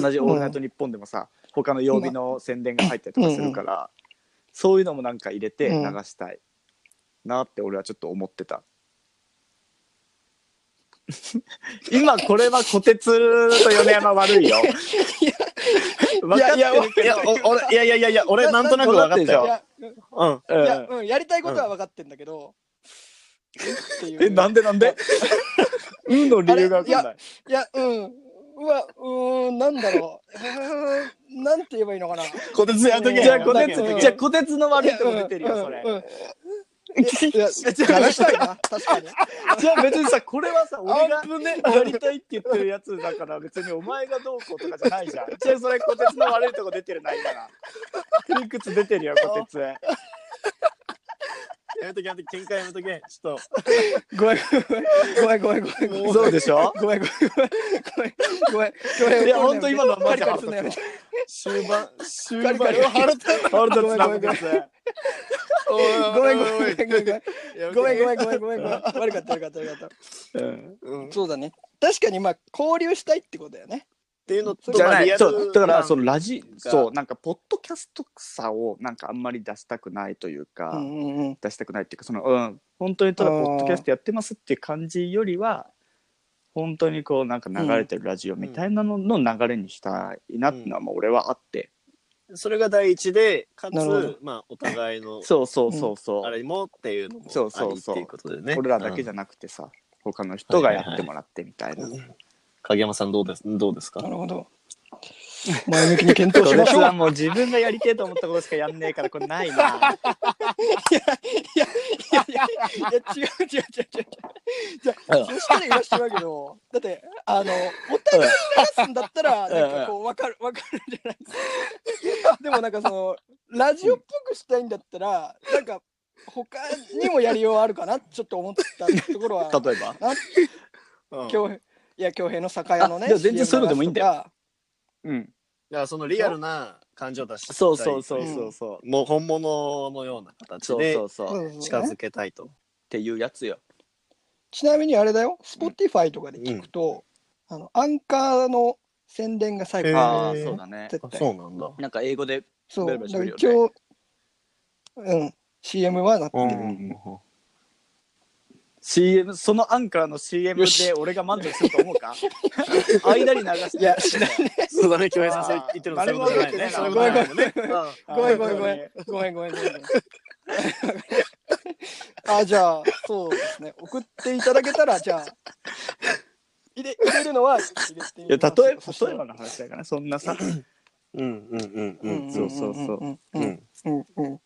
同じ「オールナイトニッポン」でもさ他の曜日の宣伝が入ったりとかするから、そういうのもなんか入れて流
うん
したいなって俺はちょっと思ってた 今これは虎鉄と米山悪いよ分かってるけ
いや、お俺、いやいやいやいや、俺なんとなく分かった
い
よ。
や
どう
い
ん
や、うん、やりたいことは分かってんだけど、っていう
えなんでなんでうんの理由がわかんない
いや、うん。うわ、うーん、なんだろう。うーんなんて言えばいいのかな。
小鉄やっとけ。
じゃあ、こ
小
て
鉄
つ、
うん
じゃあ、こてつの悪いとこ出てる
うん
よ、それ。
うんいや、話したいな、確かに。
じゃあ、別にさ、これはさ、俺がやりたいって言ってるやつだから、別にお前がどうこうとかじゃないじゃん。じゃあ、それ、こてつの悪いとこ出てるな、今な。理屈出てるよ、こてつ。
やめとけ、やめとけ、喧嘩やめとけ。ちょっ
ごめん、ごめん、ごめん、ごめん、ごめん。
そうでしょ
ごめん、ごめん、ごめん、ごめん、ごめん。
いや、ほんと今のはマ
カ
ジ
リカ
腹
リす
立
んのやめ
つ
て。
終盤、終
カ
盤
リカリ。
腹立つ。腹立つな、
ごめ
こ
んご
て
めん
つ。
と。
ごめん、ごめん、ごめん、ごめん、ごめん、ごめん、ごめ
ん。
ん、ごめん。悪かった、悪かった、悪かっ
うん
た。そうだね。確かに、まあ、交流したいってことだよね。
っていうのと、
じゃ
まあ
ない
リアル
そうだからその
な
ラジ
が
そうなんかポッドキャストさをなんかあんまり出したくないというか、
うん、うん、うん。
出したくないっていうかそのうん本当にただ
あー
ポッドキャストやってますっていう感じよりは本当にこうなんか流れてるラジオみたいなのの流れにしたいなっていうのはもう俺はあって、
それが第一で、かつ
なるほど、
まあ、お互いの、
そうそうそうそう、
あれもっていうのも、
そうそうそう
ありっていうことでね。
俺らだけじ
ゃ。
ゃなくてさ、他の人がやってもらってみたいな、
影山さん、どうです、どうですか
なるほど。前向きに検討
そ
しま
れ
しょう
は。もう自分がやりてえと思ったことしかやんねえから、これないな。
いやいやいや違う違う違う違う違う。じゃあ、そしたら言わしてるわけど、だって、あの、お互いを目指すんだったら、なんかこう、わかる、わかるんじゃないですか。でもなんかその、ラジオっぽくしたいんだったら、なんか、他にもやりようあるかな、ちょっと思ったところ は、
例えば
京平いや、京平の酒屋のね、
あでも全然そういうのでもいいんだよ
CM 流すとか。
うん。
らそのリアルな感情を出して
そうそうそうそうそう。
もう本物のような形
そう
で
そうそう。っ
そうそうそう
近づけたいと。
ていうやつよ。
ちなみにあれだよ、Spotify とかで聞くと、あのアンカーの宣伝が最後
へー
ああ、そうだね。
絶対。
うなんだ。
なんか英語で、
そう、
ベ
だ
ル
か
ベル
ら
して
一
る
応、うん、CM はなってる。
CM、そのアンカーの CM で俺が満足すると思うか間に流して。
いやしない
そうだね、京平さん、
あー
そう言ってるの
誰も
そういうことじゃないね。
覚
そうい
え
う
て
こ
な
ご
とじゃないね。
い
めんごめんごめん。ごめんごめんごめん。あ、じゃあ、そうですね。送っていただけたら、じゃあ、入れ入れるのは入れてみ
いや、例え
ます
ば、例
そしたら
えばの話だから、そんなさ。
うんうんうんうん。
そうそうそう
うん
う
うん
ん
うんうん。い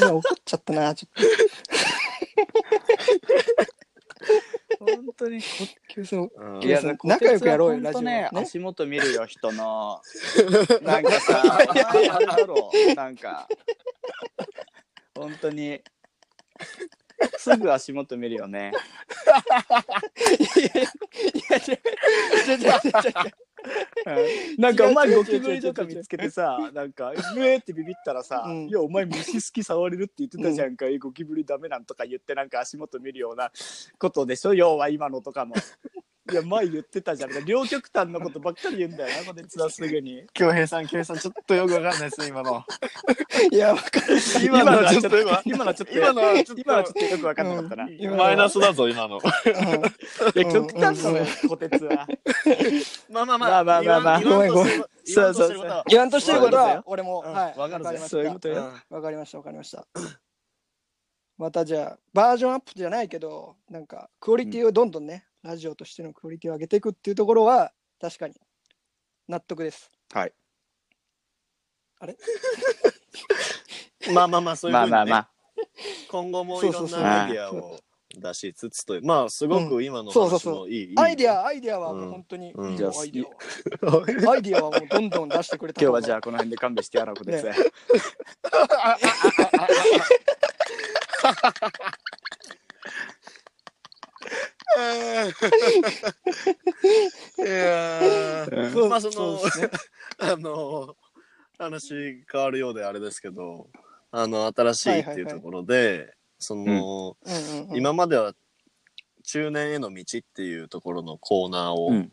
や怒っちゃったな、ちょっ
本当に。
と急に。
うん
いや仲良くやろうよ
本当ね
ラジオね
足元見るよ、人の。なんかさ、あれだろう。なんか、本当に。すぐ足元見るよね。
違う違う違う違う
なんかお前
違う違う
ゴキブリとか見つけてさ、なんか、うえってビビったらさ、
うん
いや、お前虫好き触れるって言ってたじゃんか、えゴキブリダメなんとか言って、なんか足元見るようなことでしょ、要は今のとか も。いや、前言ってたじゃんか、両極端のことばっかり言うんだよな、こいつはすぐに。
京平さん、京平さん、ちょっとよくわかんないですね、今の。
いや、わかる。
今のはちょっと、
今
今のはちょっと、
今のはちょっと
今のはちょっとよくわかんなかったな。
うん
い
今のは
マイナスだぞ、今の。
うん
や、極端なのよ、こてつは。
まあまあ
まあまあまあまあ
言わんと
ご
す
め
る
ごめん
言わんとすることは
言わんとしてること
わかる
は、俺も、はい、
わかるぜ
りました
そういうことよ。
わかりました、わかりました。 またじゃあ、バージョンアップじゃないけど、なんか、クオリティをどんどんね、ラジオとしてのクオリティを上げていくっていうところは、確かに、納得です。
はい。
まあまあまあ、そういうふ
ま
う
あ
に、ね
まあまあ。
今後もいろ
そうんそうそう
なアイディアを出しつつという、まあ、すごく今の
そうそう
話
そう
もいい。
アイディア、アイディアはもううん本当に、
うん
いい
じゃ
よ
あ
アイディアは。アイディアはもうどんどん出してくれた方
今日
が
はじゃあこの辺で勘弁してやろう、こてつ。
ね
いやー
うん
そう
まあその
そうですね
あの話変わるようであれですけどあの新しいっていうところで、その、
うんうんうん
今までは中年への道っていうところのコーナー
う
を
ん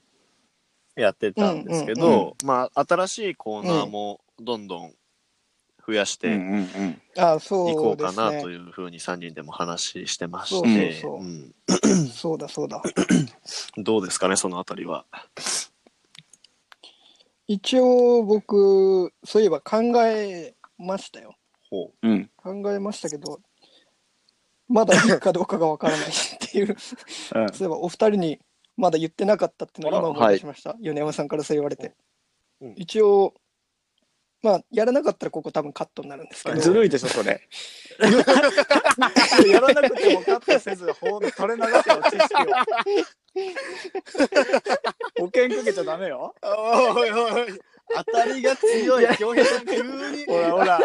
やってたんですけど、
うん
うん
まあ新しいコーナーもどんどん増やし
うんう
て
んうん。
あ、
い
そ
こ
う
う
で
か
す
な
ね
と。いうふうに3人でも話してまし
そうそ
て
うそう
うん
そうだ、そうだ。
どうですかねそのあたりは。
一応、僕、そういえば考えましたよ。
ほう
うん。
考えましたけど、まだいいかどうかがわからないっていう。
うん
そういえばお二人にまだ言ってなかったっていうのを
あら
今思い出しました、米山さんからそう言われて、
うん
一応まあやらなかったらここ多分カットになるんですけど
ずるいでしょ、それ。 やらなくてもカットせず、ほん垂れ流せよ、知識を。保険かけちゃダメよ。
おいおい当たりが強い京平さん急に
ほらほら、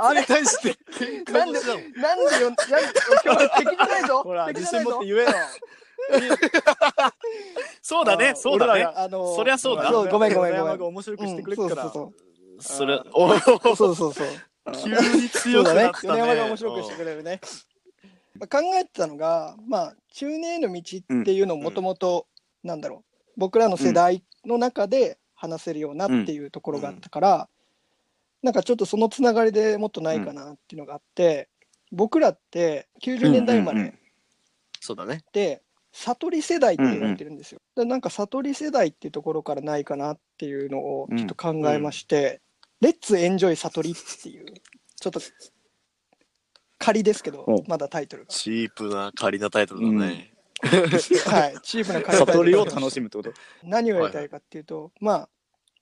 あれに対して喧嘩
なんで
腰だもん
なんでよなんで今日は敵じゃないぞ
ほら、
敵
自
じゃな
信
い
持っ
ぞ
て言えよ。
そうだね
あ
そうだ
俺
ね
らがあの
そりゃそうだ
ごめんごめんごめん
山が面白くしてくれるから。
うんそう
それおい
そうそうそうそうそう
急に
そ
強
う
く
だ
な
ね
っ。た
米
ね
山が面白くしてくれるね。まあ、考えてたのが、まあ、中年への道っていうのをもともと、なんだろう、僕らの世代の中で話せるようなっていうところがあったから、なんかちょっとそのつながりでもっとないかなっていうのがあって、僕らって90年代生まれ
そうだね
で、悟り世代って言われてるんですよ。でなんか悟り世代っていうところからないかなっていうのをちょっと考えまして、レッツエンジョイ悟りっていう、ちょっと仮ですけ
お
ど、まだタイトルが。
チープな仮なタイトルだね、
はい、チームな仮タイト
悟
ル
りを楽しむってこと。
何をやりたいかっていうと、まあ、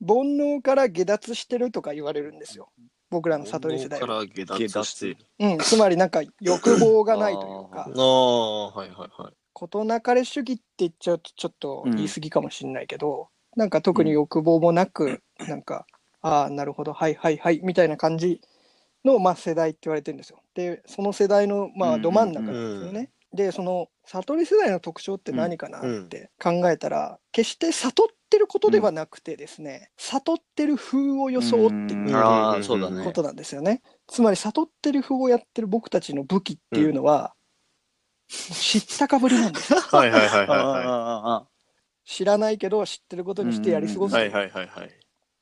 煩悩から下脱してるとか言われるんですよ僕らの悟り世代
か
は、
ら下脱している。
うん、つまりなんか欲望がないという
あ
か
ああ、はいはいはい。
事なかれ主義って言っちゃうとちょっと言い過ぎかもしれないけど、なんか特に欲望もなく、なんかああなるほどはいはいはいみたいな感じの、まあ、世代って言われてるんですよ。でその世代の、ま
う
あ、
ん
ど真ん中なんですよね。でその悟り世代の特徴って何かなって考えたら、決して悟ってることではなくてですね、悟ってる風を装ってい
うん
る
あ
う
あ、
ん
そうだ
こ
ね。
となんですよね。つまり悟ってる風をやってる僕たちの武器っていうのは、知ったかぶりなんですよ。
はいはいはい
ああ
はいは
ああ
知らないけど知ってることにしてやり過ご
い。
す。
はいはいはいはい。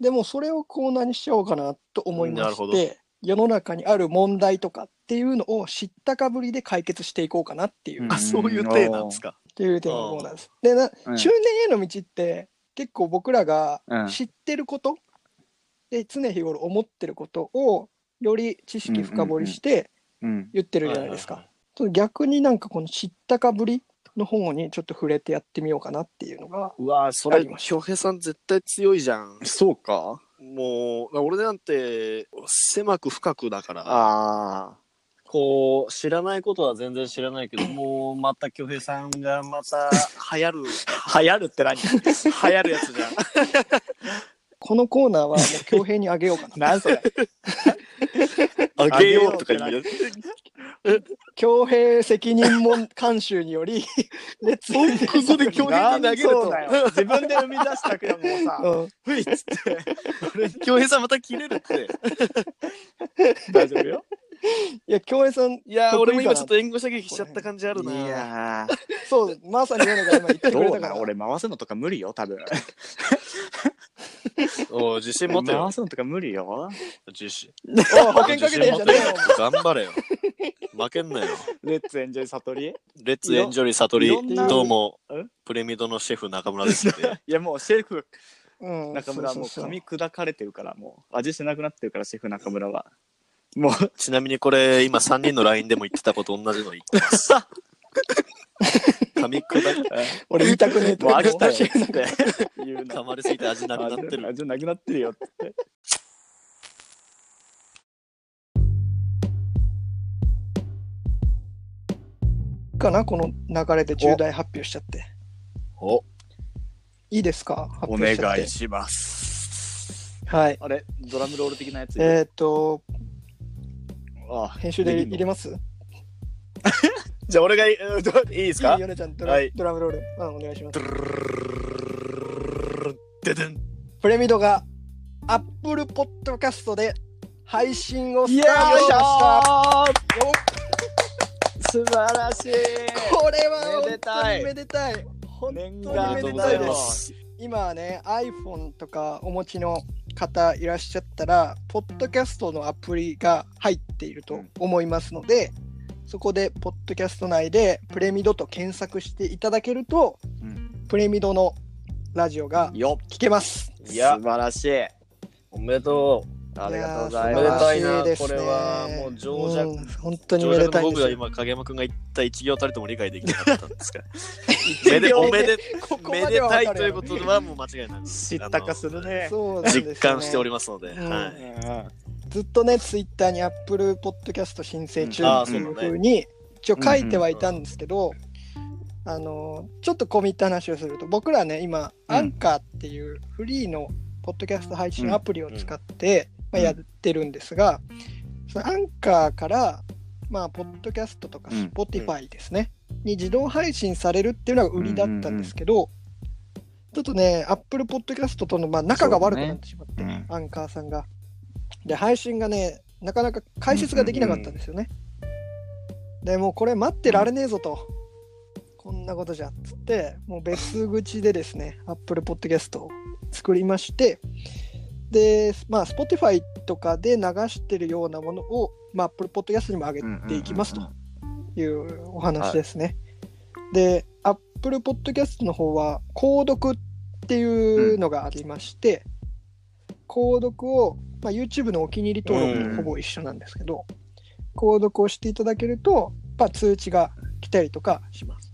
でもそれをコーナーにしちゃおうかなと思いま
なるほ
し
ど
て、世の中にある問題とかっていうのを知ったかぶりで解決していこうかなっていう、
うん
っ
あ、そういう体なんですか。
ていうテーマのコーナーです。でな、
うん
中年への道って結構僕らが
うん
知ってること、で常日頃思ってることをより知識深掘りして
うん。
言ってるじゃないですか。その逆になんかこの知ったかぶりの方にちょっと触れてやってみようかなっていうのが、
うわそ
れ
れ、翔平さん絶対強いじゃん。
そうか
もう、俺なんて、狭く深くだから。
ああ。
こう、知らないことは全然知らない けど、もうまた京平さんがまた流行る。
流行るって何流行るやつじゃん。
このコーナーはもう強兵にあげようかな。
何 それ
あ
げようとか言う
う。
強兵責任問監修により列を
ここで京平に投げる
そう
と。
だよ。自分で生み出したけども さ、
うん
ふいっつって。京平さんまた切れるって。
大丈夫よ。
いや強兵さん
いや
得意か
ー、
な
俺も今ちょっと援護射撃しちゃった感じあるな。
いや
そうまさにヨネが今 言って
ー
くれた
どう
か
な
ら
俺回すのとか無理よ、多分。
おう自信持てよ
回。すのとか無理よ。
自信。
おい保険かけてんじゃねえよ
頑張れよ。負けんなよ。
レッツエンジョイ悟り。
レッツエンジョリ悟
い
り
ろんな、
どうも
え、
プレミドのシェフ中村ですって。
いやもうシェフ
うん
中村はもう
そうそうそう
噛み砕かれてるからもう味しなくなってるからシェフ中 村は。もう
ちなみにこれ、今3人の LINE でも言ってたこと同じの言ってます。噛み砕い
俺言いたくねえと
もう
思う
飽きたよっつって言う
て噛
の。
まれすぎて味なくなってる。
味なくなってるよっつって。
かなこの流れで重大発表しちゃって
お
いいですか発
お
表
願
しちゃって
いします。
はい
あれドラムロール的なやつ。
えーっと
あ
編集で
できんの
入れます
じゃあ俺がいいうんどういいです
い
か
いよヨネちゃんドラ,、
はい
ドラムロール、うん、お願いします
ででん
プレミドがアップルポッドキャストで配信をスタートしましたよっ
素晴らしい。
これは
め
本当
でた
に
い
めでたい。本当に
念
あ
願
めで
りがとうご
た
ざ
い
い
で。
ますす。
今はね、iPhone とかお持ちの方いらっしゃったら、ポッドキャストのアプリが入っていると思いますので、そこで、ポッドキャスト内で、プレミドと検索していただけると、
うん
プレミドのラジオが
よ
聞けます。
っ。
い
素
や
晴らしい。
おめでとう。
ありがとうござい
いやー
ます。
めでたいなこれはもう情弱
うん本当に
情
めで
弱
た
の
いんで
僕
す
が
よ。
今、影山くんが言った一行たりとも理解できなかったんですが。めで、おめで、
ここ
め
ま
で
は
た
分
い
かる
と
よ
いうことはもう間違いないです。
知ったかするね。
そうなん
あの
ですよね
実感しておりますので。
うん
はい。
ずっとね、ツイッターに Apple Podcast 申請中っていうふうに、一応書いてはいたんですけど、あのちょっと込み入った話をすると僕らね今、
うん
アンカーっていうフリーのポッドキャスト配信アプリを使って、まあ、やってるんですが、そのアンカーから、まあ、ポッドキャストとか
うん
Spotify ですね、に自動配信されるっていうのが売りだったんですけど、ちょっとね、Apple Podcast との、まあ、仲が悪くなってしまって、
そうだね
アンカーさんが。で、配信がね、なかなか解説ができなかったんですよね。でもうこれ待ってられねえぞと、こんなことじゃっつって、もう別口でですね、Apple Podcast を作りまして、で、まあ、Spotify とかで流してるようなものを、まあ、Apple Podcast にも上げていきますというお話ですね。で、Apple Podcast の方は、購読っていうのがありまして、購読を、まあ、YouTube のお気に入り登録とほぼ一緒なんですけど、購読をしていただけると、まあ、通知が来たりとかします。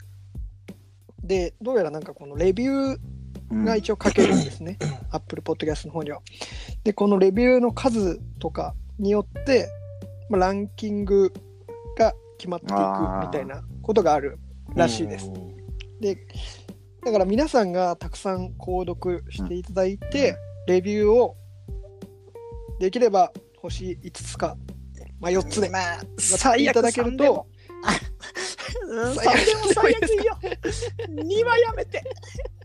で、どうやらなんかこのレビュー
うん
が一応書けるんですね、Apple Podcast の方には。で、このレビューの数とかによって、まあ、ランキングが決まっていくみたいなことがあるらしいです。で、だから皆さんがたくさん購読していただいて、レビューをできれば星5つか、まあ、4つで、まあ、いただけると、
うん
それ
それ
で
で
も
も
最
最
悪い
悪いよ。2はやめて。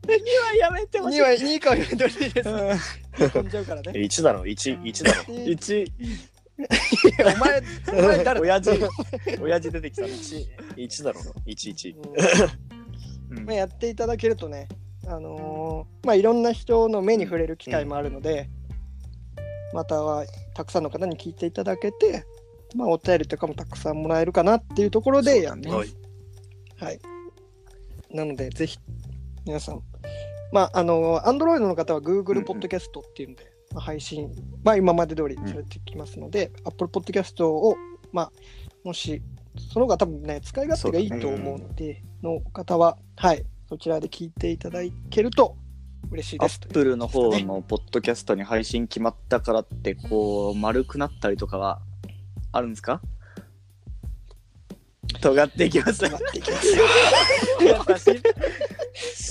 2はやめてほしい
2。は2か4でいいです。飛んじゃうからね。
1だろ、1、1だろ。
1、
お前、お前誰だ
親父、親父出てきたね。
1だろ、1、1。
うんまあやっていただけるとね、あのーまあ、いろんな人の目に触れる機会もあるので、またはたくさんの方に聞いていただけて、まあ、お便りとかもたくさんもらえるかなっていうところでやってます。はい、なので、ぜひ皆さん、まあ、あのー、Android の方は Google ポッドキャストっていうんで、まあ配信、まあ、今まで通りされてきますので、Apple ポッドキャストを、まあ、もし、その方が多分ね、使い勝手がいいと思うので、の方は、はい、そちらで聞いていただけると嬉しい
ア
ですとい
ッ
う
プルの方のポッドキャストに配信決まったからって、こう、丸くなったりとかはあるんですか尖っていきます。
なっていきますよ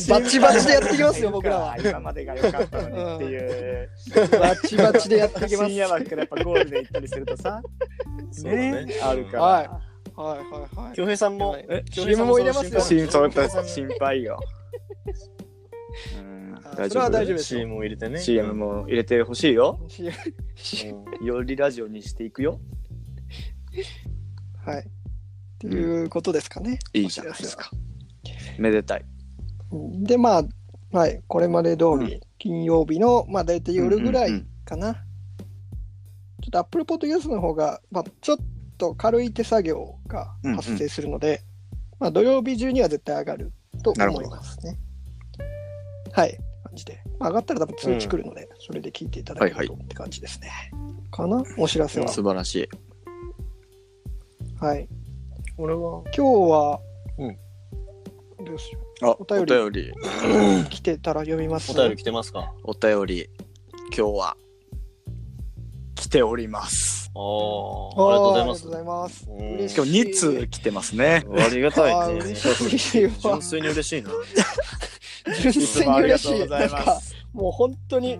バチバチでやっていきますよ、僕らは。
今までが良かったのにっていう。
バチバチでやっていきます。
深夜枠からやっぱゴールで行ったりするとさ、
そうだね
ねあるから。
はい。はいはいはい。
京平さんも、
え
京平さんも
CM も入れますよ
心
そ
そ
の
れ
心
と
配
心配よ。うん
あそれは大丈夫ですよ。
CM を入れてね。
CM も入れてほしいよ。
うん。
よりラジオにしていくよ。
はい。っていうことですかね。
いいじゃないですか。めでたい。
うんで、まあ、はい、これまで通り、
う
金曜日の、まあ、大体夜ぐら
うんう
い
ん
かな。ちょっと Apple Podcast の方が、まあ、ちょっと軽い手作業が発生するので、まあ、土曜日中には絶対上がると
なるほ
思
ど
いますね。はい、感じで。まあ、上がったら多分通知来るので、それで聞いていただけ
は
る
い
と
は
って感じですね。かなお知らせ
うん
は。
素晴らしい。
はい。
俺は、
今日は、
うん
どうしよ
あ、
お
お
便
便
り
り、
う。来てたら読みます。
お便り来てますか
お便り、今日は、来ております。
ああ、あり
あ
がとうご
ー
ざ
あ
い
り
ま
が
す
とうご。ざいます。
うん
しかも2通来てますね。
ありがたい
あー
ね。
嬉しいわ
純粋に嬉しいな。
純粋に嬉しい。
いつもありがとうございます
なんかもう本当に、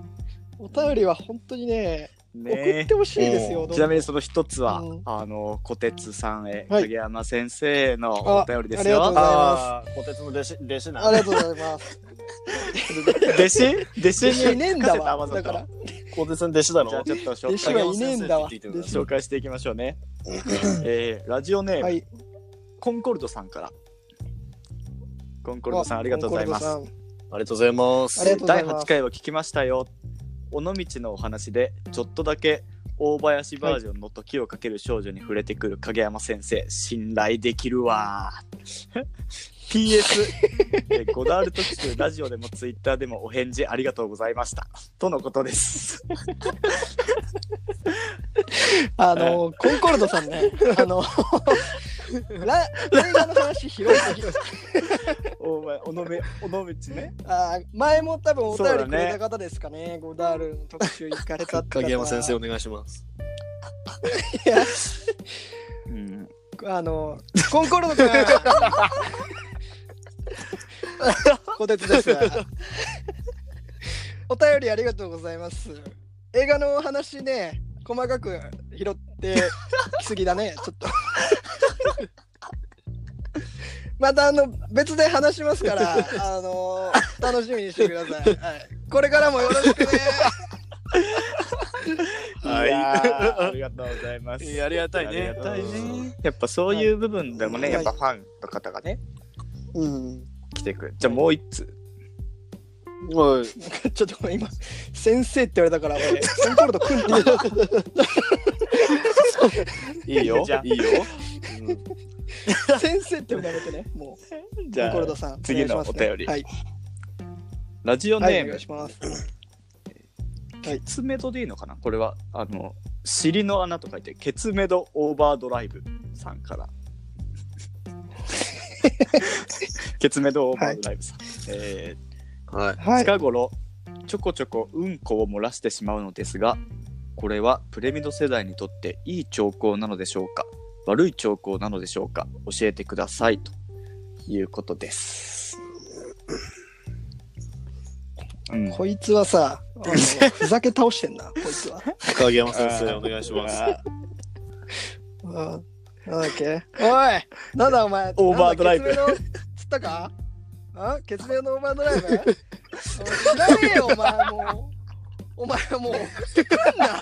お便りは本当にね、送ってほしいですよ。
ちなみにそ
の
の一つは、
うん
あの小鉄さんへ、
はい
影山先生のお便りですよ。
あありがとうございます
あー、小鉄の弟子、弟子な。
ありがとうござい ます。
弟子弟子
弟子い
に
ねえんだ
任せ
わ。
たまさ
だ
か
から、
小鉄の弟子だろ
じゃあちょっと
弟
紹
子
介
はいねえんだわ。
影山先生って言ってくださ
紹介していきましょうね。えーラジオネーム、
はい。
コンコルドさんから。コンコルドさんありがとうございます。
コンコル
ありがとうございます。
ありがとうござい
第
ます
8回は聞きましたよ。尾道のお話でちょっとだけ大林バージョンの時をかける少女に触れてくる影山先生、信頼できるわ。PS えゴダール特集ラジオでもツイッターでもお返事ありがとうございましたとのことです。
さんあの、コンコルドさん ね、あの、ラ映画の話広いすぎ
お前尾道尾道ね。
あー前も多分お便りくれた方ですかね、ゴダールの特集行かれたって方
影山先生お願いします。
いや
うん。
あの、コンコルド君。小鉄です。お便りありがとうございます。映画のお話ね、細かく拾ってきすぎだね、ちょっと。またあの別で話しますから、あの楽しみにしてください。はい、これからもよろしくね。
はい
や ーありがとうございます。
いやありがたいね
ありがたいね。やっぱそういう部分でも
は
ね、
い
やっぱファンの方がね、
うん、
来てくる。じゃあもう一つ。
はい。
ちょっと今、先生って言われたから、俺、コンコルド君って言う
いい よ。いいよ。
先生って呼ばれてね、もう。
じゃ
コルド
あ、
さん
次の
願いしますね
お便り
はい、
ラジオネ
はい、
ー
お
ム、
願いします。
ケツメドでいいのかなこれは、あの、尻の穴と書いて、ケツメドオーバードライブさ んから。ケツメドオーバードライブさん。えー
はい。
はい。
近頃ちょこちょこうんこを漏らしてしまうのですがこれはプレミド世代にとっていい兆候なのでしょうか悪い兆候なのでしょうか教えてくださいということです。うん、
こいつはさ、あ のふざけ倒してんな、こいつは。
影山先生、お願いします。
うん。なんだっ けおいなんだお前
オーバードライブ
なんだケツメの釣ったかあケツメのオーバードライブおい知らねえよお前もうお前もう送ってくんな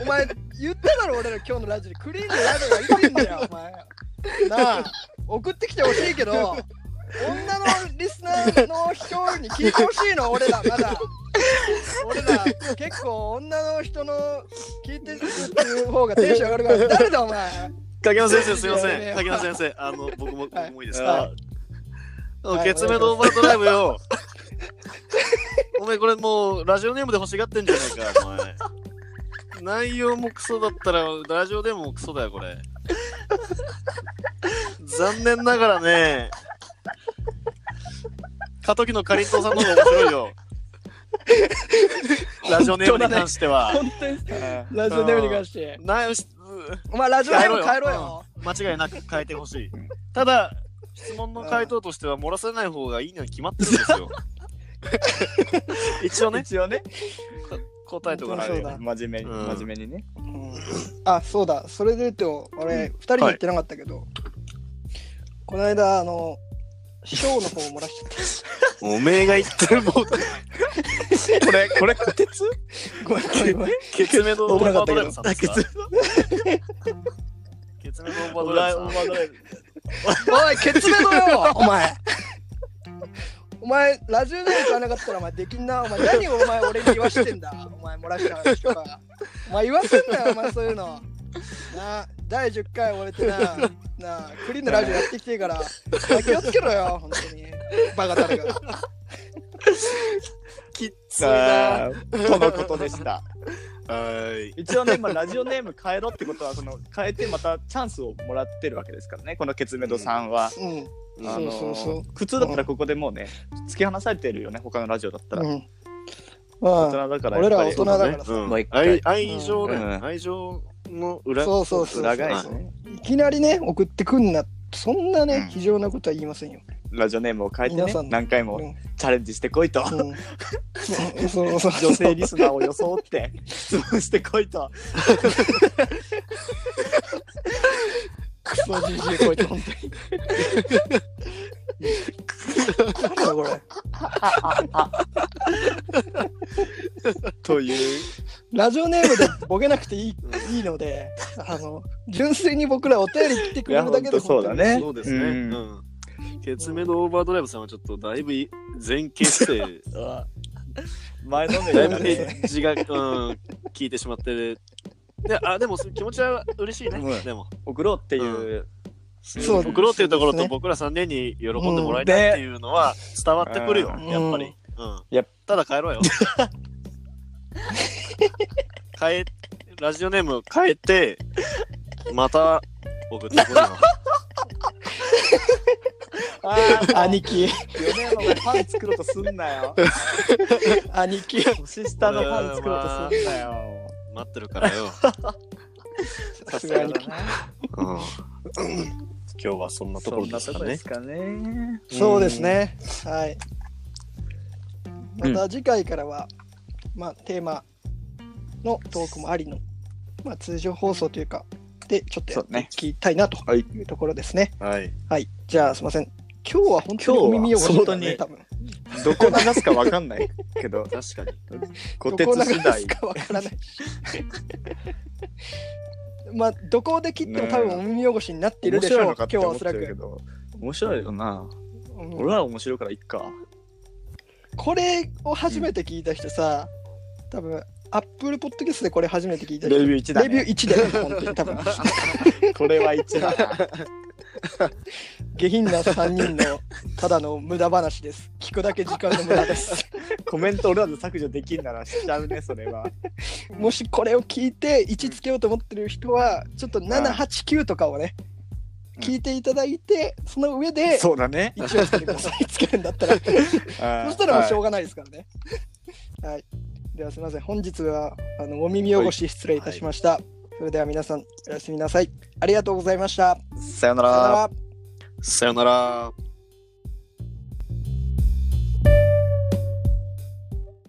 お前言っただろ俺ら今日のラジオでクリーンのライブがいいんだよお前なあ送ってきてほしいけど女のリスナーの人に聞いてほしいの俺らまだ俺ら結構女の人の聞いてる方がテンション上がるから誰だお前
影山先生、すいません。影山先生、あの、僕も、僕もいいです
は
か
い。
あの
はい
ケツメのオーバードライブよ。 お前、これもう、ラジオネームで欲しがってんじゃないか、お前。内容もクソだったら、ラジオでもクソだよ、これ。残念ながらね、過渡期のかりんとうさんの方が面白い よ。ラジオネームに関しては。
本当にラジオネームに関して。
なし
お前、ラジオネーム変えろよ。
間違いなく変えてほしい。ただ、質問の回答としては漏らさない方がいいのに決まってるんですよ。一応ね、
一応ね、
答えとかな
そ
いう
だ
真面目
う
に、
ん
真面目にね。
あ、そうだ。それで言うと、俺、二人に言ってなかったけど、この間、あの、ショーの方を漏らしちゃっ
おめえが言ってる もん。
これ、これ、こてつ
た。ごめん、ごめん、ごめん。
ケツメのオーバードライブさんですか
危
ケツメのオーバードライブさん。
おい、ケツメのよ、 お前。お前、ラジオネーム変えなかったら、お前、できんな。お前、何をお前、俺に言わしてんだ。お前、漏らした話とか。お前、言わせんなよ、お前、そういうの。なあ、第10回俺ってな、なあ、クリーンのラジオやってきてるから、気をつけろよ、本当に。バカたるが。
きっついな。
さあ、とのことでし
は
た。
い。
一応ね、まあ、ラジオネーム変えろってことは、その変えてまたチャンスをもらってるわけですからね、このケツメドさんは。
うん。ん
あの
そうそうそ
普通だったらここでもうね、突き放されてるよね、他のラジオだったら。
うん。
大
まあ、
人だからや
俺
っ
らは
ぱ
大
り
人だからさ。
うん
もう一回
愛愛情ね、
うん
愛情の裏
そうそうそう
裏返
そ
し
う
ね。
いきなりね、送ってくんな。そんな
うん
ね、非常なことは言いませんよ。
ラジオネームを変えてね
皆さん、の
何回
う
も
ん
チャレンジしてこいと。
うんそう そうそう。
女性リスナーを装って質問してこいと。
クソじじいこいて、本当に。なんだこれ。
という。
ラジオネームでボケなくていいいいので、あの、純粋に僕らお便り来てくれるだけで
いやほんとそうだね
そうですね。
うん
うん。ケツメのオーバードライブさんはちょっとだいぶい前 傾して。
前のめ
だ
り
い
だ
ぶ
ね。
ね字が、うん、聞いてしまってる。で、あ、でも気持ちは嬉しいね。
うん
でも、
送ろうっていう、
そう
送ろうっていうところ
そうで
と、
すね
僕ら3年に喜んでもらいたいっていうのは伝わってくるよ、
うん
やっぱり。うん。
や
っ
っ
ただ帰ろ うよ。変え、ラジオネーム変えて、また送ってくるよ。
あー
ら。兄貴、
米山がパン作ろうとすんなよ。
兄貴。
年下のパン作ろうとすんなよ。
待ってるからよ。
さすが兄貴。
うん。今日はそんなところですかね。
かね。
そうですね。はい。
う
ま
ん
た次回からは、まあ、テーマのトークもありの、まあ、通常放送というか、で、ちょっとや
そうね
っていきたいなと
はい
いうところですね。
はい。
はい。じゃあ、すみません。今日は本当にお耳汚しだね、多
今
分。
どこ流すかわかんないけど、
確かに。
小
どこ流
鉄次第
す。かわからないし。 まあ、どこで切っても多分お耳汚しになっている
面
でしょ
白
う
い、の
今
かっ
日
て
は
思っ
おそ
て
ら
るけ
く。
ど。面白いよな。
うん
俺らは面白いからいっか。
これを初めて聞いた人さ、多分アップルポッドキャストでこれ初めて聞いた人
レビュー1だ、ね。
レビュー1で、本当に多 分
これは1だな。
下品な3人のただの無駄話です。聞くだけ時間の無駄です。
コメント俺らで削除できんならしちゃうね、それは。
もしこれを聞いて1つけようと思ってる人は、ちょっと7、8、9とかをね、聞いていただいて、その上で
そうだね
一応つけてくだ さいつけるんだったらそ
そ
したらもうしょうがないですからね。はい、ではすみません。本日はあのお耳汚し失礼いたしました。それでは皆さんおやすみなさい。ありがとうございました。
さよ
さよな
なら
ら。
さよなら。